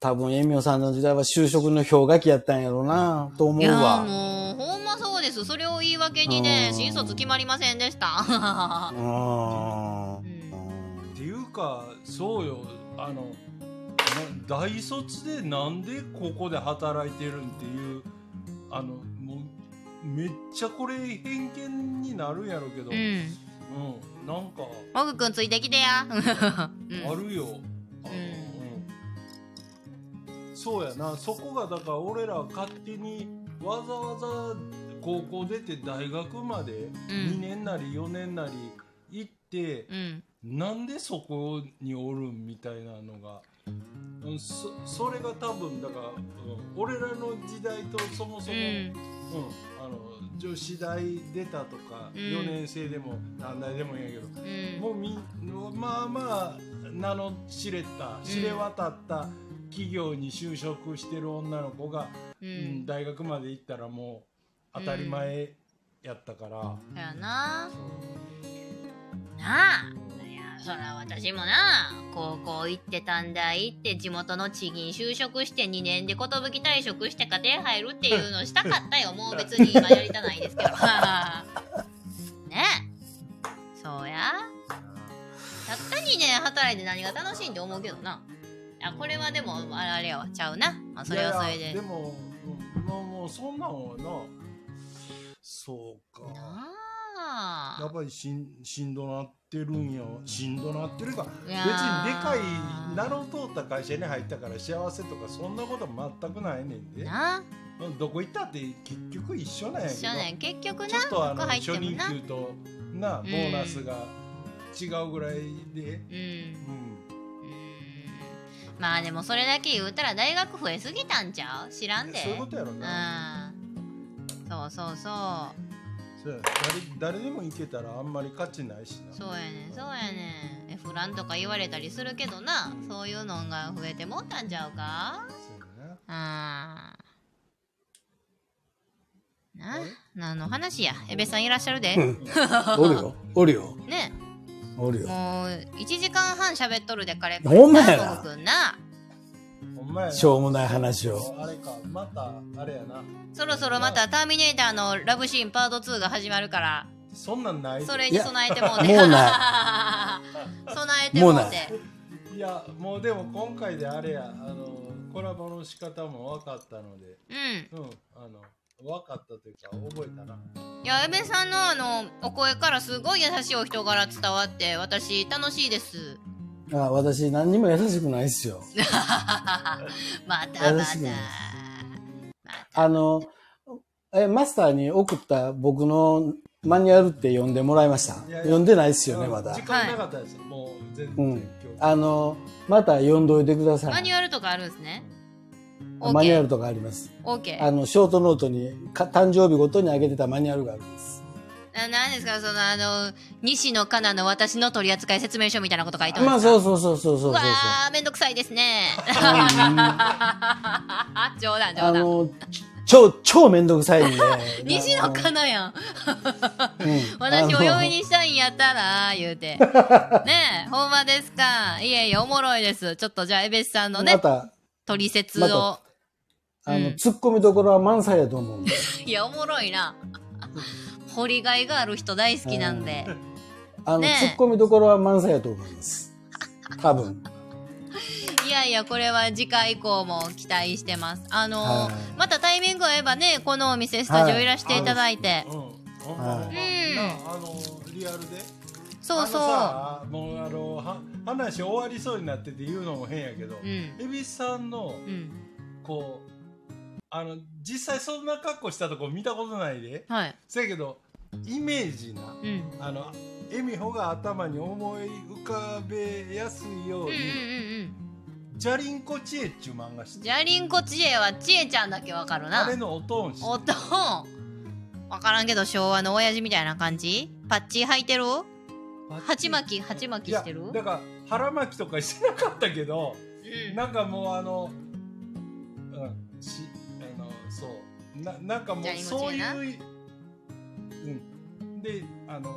C: 多分、エミオさんの時代は就職の氷河期やったんやろうな、と思
A: いうや
C: わ。
A: もうほんまそうです。それを言い訳にね
C: うん
A: 新卒決まりませんでした。
C: う
A: う
C: ー
A: ん
B: っ
C: ん。
B: ていうかそうよあのな大卒でなんでここで働いてるんっていうあのもうめっちゃこれ偏見になるんやろうけど、
A: う
B: うん
A: ん。
B: なんか
A: もぐくんついてきてや。うん
B: あるよ、あのうんそうやなそこがだから俺ら勝手にわざわざ高校出て大学まで2年なり4年なり行って、
A: うん。
B: なんでそこにおるんみたいなのが、うん、そそれが多分だから、うん俺らの時代とそも
A: う
B: そも、うん
A: ん。
B: あの女子大出たとか、
A: うん
B: 4年生でも何代でもいいんやけ
A: う
B: ど
A: ん
B: も。うみんまあまあ名の知れた知れ渡った企業に就職してる女の子が、
A: う
B: うん
A: ん。
B: 大学まで行ったらもう当たり前やったから。
A: そやな。
B: そう
A: なあいやそら私もな高校行って短大行って地元の地銀就職して2年で寿退職して家庭入るっていうのしたかった よもう別に今やりたないですけど ねそうやたった2年働いて何が楽しいんって思うけどなあこれはでもあれやわちゃうな、まあ、それはそれ
B: い
A: で
B: やいやでも、うんもうもうそんなんはなそうか
A: なあ
B: やっぱりしんしんどなってるんやしんどなってるか
A: い
B: 別
A: や
B: に
A: ー
B: でかい名の通った会社に入ったから幸せとかそんなこと全くないねんで
A: なあ
B: うんどこ行ったって結局一緒なんやけど
A: 一緒ね結局な
B: ちょっとあの
A: どこ入って
B: 初
A: も
B: 任
A: な
B: 給となボーナスが違うぐらいで、
A: うん
B: うん
A: うーんまあでもそれだけ言うたら大学増えすぎたんちゃう知らんで
B: そういうことやろ
A: う
B: な、
A: んそうそうそ
B: そうや誰誰でも行けたらあんまり価値ないしな
A: うそうやねんそうやねんエフランとか言われたりするけどなそういうのが増えてもったんちゃうか
B: そうや
A: う
B: な
A: んな
B: あれ
A: 何の話やエベさんいらっしゃるで
C: うんおるよ。おるよ。
A: ね
C: おるよ。
A: もう1時間半喋っとるで彼
C: ほんまやな
A: もぐくんな
B: ほんまやな
C: しょうもない話を。
B: あれか、またあれやな。
A: そろそろまた「ターミネーター」のラブシーンパート2が始まるから
B: そんなんない。
A: それに備えてもうて。
C: いやもう
A: 備えてもう
C: もうな
A: て。
B: いや、もうでも今回であれや、あのコラボの仕方も分かったので、
A: う
B: うん、あの分かったというか覚えたな。
A: ん。いや、矢部さんのあの、お声からすごい優しいお人柄伝わって、私、楽しいです。
C: あ私、何にも優しくないっ すよ。
A: またまた
C: 優しいね。あの、え、マスターに送った僕のマニュアルって読んでもらいました
B: いやいや
C: 読んでないっすよね、まだ
B: 時。間なかったです。もう全
C: う
B: 然
C: ん
B: 今。日。
C: あの、また読んどいてくださ
A: マニ
C: い。
A: ュアルとかあるんですね。
C: マニュアルとかあります。
A: オーケー。
C: あの、ショートノートに、か誕生日ごとにあげてたマニュアルがあるんです。
A: ななんですかそのあの西野カナの私の取扱説明書みたいなこと書いてあるん
C: ま
A: で
C: あ、
A: すか。
C: そうそうそうそうそうそうう。
A: わーめんどくさいですね。 冗談
C: あ
A: 冗談。。
C: の、超、超めんどくさいんで
A: 西野カナやん。
C: うん
A: 私お嫁
C: あ
A: にしたいんやったら言うてねえほんまですかいえいえおもろいですちょっとじゃあ江別さんの
C: の
A: ね
C: また、
A: 取説
C: ま
A: を
C: たあ
A: うん
C: の、ツッコミどころは満載やと思うんで。
A: いやおもろいな掘りがいがある人大好きなんで
C: あの、
A: ねえ
C: ツッコミどころは満載やと思います。多分。
A: いやいやこれは次回以降も期待してますあのー
C: はい
A: またタイミング合えばねこのお店スタジオいらしていただいて、
B: うん。うん
C: はい
A: うん
B: なああのリアルで
A: そうそう
B: あのさもうあのは話終わりそうになってて言うのも変やけど
A: う、ん
B: 蛭子さんの
A: うん
B: こうあの実際そんな格好したとこ見たことないで
A: はい
B: せやけどイメージな
A: うんうん
B: あの恵美穂が頭に思い浮かべやすいよう
A: うんうんう
B: に
A: ん
B: 「じゃりんこちえ」っちゅう漫画知って
A: じゃりんこちえはちえちゃんだけわかるな
B: あれのおとん知って
A: おとんわからんけど昭和の親父みたいな感じパッチ履いてる鉢巻き鉢巻きしてる
B: いやだから腹巻きとかしてなかったけど
A: うん
B: なんかもうあのうんしあのそうななんかも
A: じゃあ
B: うそう
A: 今
B: いううんであの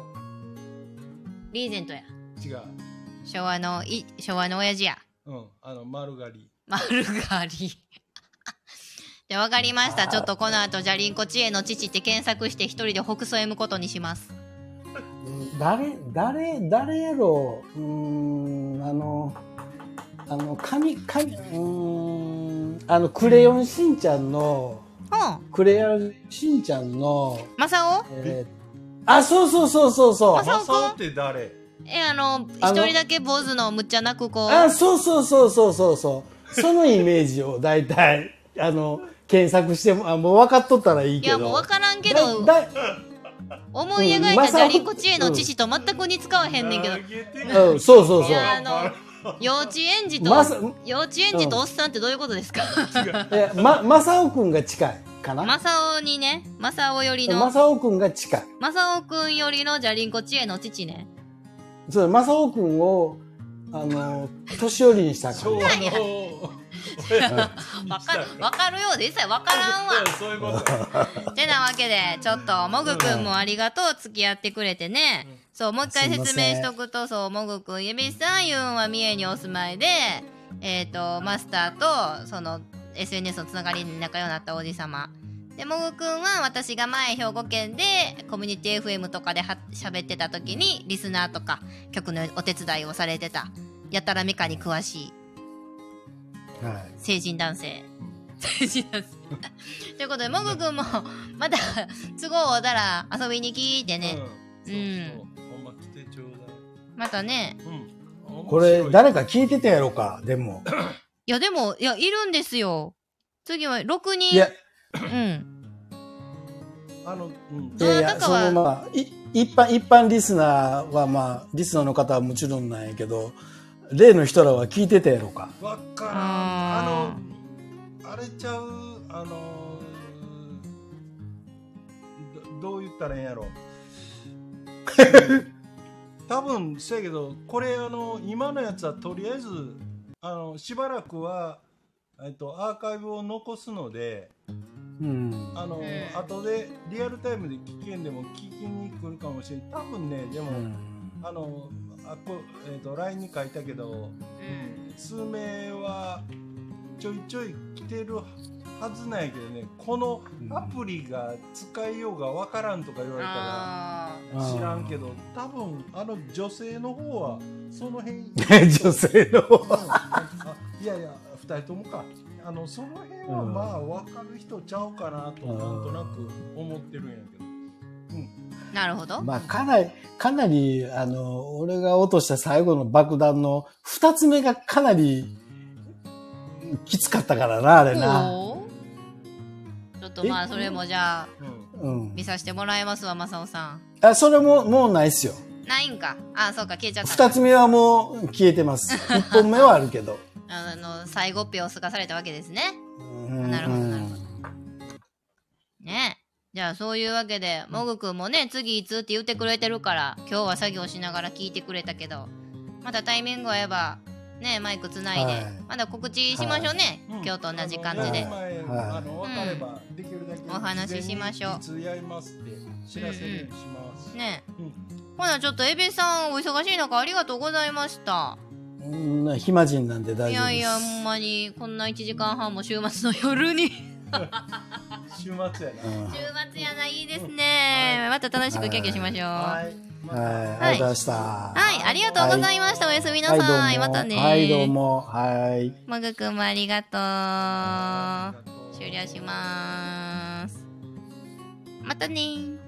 A: リーゼントや
B: 違う
A: 昭和のい昭和の親父や
B: うんあの丸刈り
A: 丸刈り じゃあわかりましたちょっとこの後じゃりんこ知恵の父って検索して一人で北総 M ことにします
C: うん誰、誰、誰やろう。うーん、あの、あの、神、神、うーん、あの、クレヨンしんちゃんの、
A: うん
C: クレヨンしんちゃんの、
A: マサオ
C: えーあ、そうそうそうそうそう
A: あ。そう
B: マサオって誰
A: えあの
C: あ
A: 一
C: の
A: 人だけ坊主のむっちゃ泣く子
C: あ、そうそうそうそうそうそう。そのイメージを大体、 あの、検索しても、あ、もう分かっとったらいい
A: い
C: けど。
A: やもうわからんけど
C: だだ
A: 思い描いたじゃりんこ知恵の父と全く似つかわへんねんけど
B: 投げて
C: うん、そうそ
A: い
C: うそう。
A: やあの幼稚園児と、
C: まさ
A: 幼稚園児とおっさんってどういうことですか
C: いや、ま、まさおくんが近いかな。
A: マサオにねマサオ寄り
C: ま
A: の
C: さおくんが近い。
A: マサオくん寄りのじゃりんこ知恵の父ね
C: そう、まさおくんを、あの、年寄りにした
B: 昭
C: 感
B: 和
C: じ。
B: の
A: わかるわかるようで一切わからんわ
B: そういうこと
A: てなわけでちょっともぐくんもありがとう付き合ってくれてね、そうもう一回説明しとくとそうもぐくんゆびさんゆんは三重にお住まいでえっ、とマスターとその SNS のつながりに仲良くなったおじさまでもぐくんは私が前兵庫県でコミュニティ FM とかでは喋ってた時にリスナーとか局のお手伝いをされてたやたらみかに詳しい
C: はい。
A: 成人男性。成人男性。ということで、もぐくんも、 また、都合合うたら遊びに来てね。
B: うんそうそうほんま来てちょうだい
A: またね。
B: うん
C: これ、誰か聞いてたやろか、でも。
A: いや、でも、いや、いるんですよ。次は6人。
C: いや、
A: うん。
B: あの、うん
C: い、やい
A: どなた
C: や、
A: か
C: そ
A: は
C: のまあ、い一般、一般リスナーは、まあ、リスナーの方はもちろんなんやけど、例の人らは聞いてたやろか。
B: わからん
A: あ
B: あのあれちゃうあのどどう言ったらええんや ろ多分せやけどこれあの今のやつはとりあえずあのしばらくはえっとアーカイブを残すので
C: うん。
B: あの、
A: うん
B: 後でリアルタイムで聞けんでも聞きに来るかもしれん多分ねでも、
C: うん
B: あのあこ、えっと LINE に書いたけど
A: うん。
B: 数名はちょいちょい来てるはずなんやけどねこのアプリが使いようがわからんとか言われたら
A: あ
B: 知らんけど多分あの女性の方はその 辺
C: 女性の
B: あいやいや2人ともかあのその辺は
C: うん
B: まあ分かる人ちゃうかなと
C: うん
B: なんとなく思ってるんやけど
A: ーなるほど。
C: まあかなりかなりあの俺が落とした最後の爆弾の二つ目がかなりきつかったからなあれな
A: おーちょっとまあそれもじゃあ
C: うん
A: 見。させてもらいますわ正雄さん
C: あ、それも、もうないっすよ。
A: ないんかあそうか消えちゃった
C: 二つ目はもう消え てます。一本目はあるけど。
A: あの最後っぺをすかされたわけですね
C: う ん
A: なるほどなるほ
C: うん
A: ねじゃあそういうわけでもぐくんもね次いつって言ってくれてるから今日は作業しながら聞いてくれたけどまたタイミング合えばねマイクつないで、
C: はい
A: まと告知しましょうね、今日と同じ感じで、
C: は
B: はい
C: はい
B: あの分かればできるだけ
A: お話ししましょう
B: いつやりますって知らせるようにします。
A: ね
B: うん
A: ほなちょっとエビさんお忙しい中ありがとうございました
C: うん暇人なんで大
A: い
C: 丈夫
A: や
C: です。
A: いやほんまにこんな1時間半も週末の夜 に週
B: 週末や
C: うん
A: 末やないいですね、また楽しくキャッキャしましょう
B: な。
A: は、
B: はいい。また
C: はい、ありがとうございました。は
A: ありがとうございました、おやすみ
C: い
A: なさい、
C: どうも
A: またね
C: はい、どうも。はい。
A: もぐくんもありがとう
B: ありがとう
A: 終了しまーすまたねー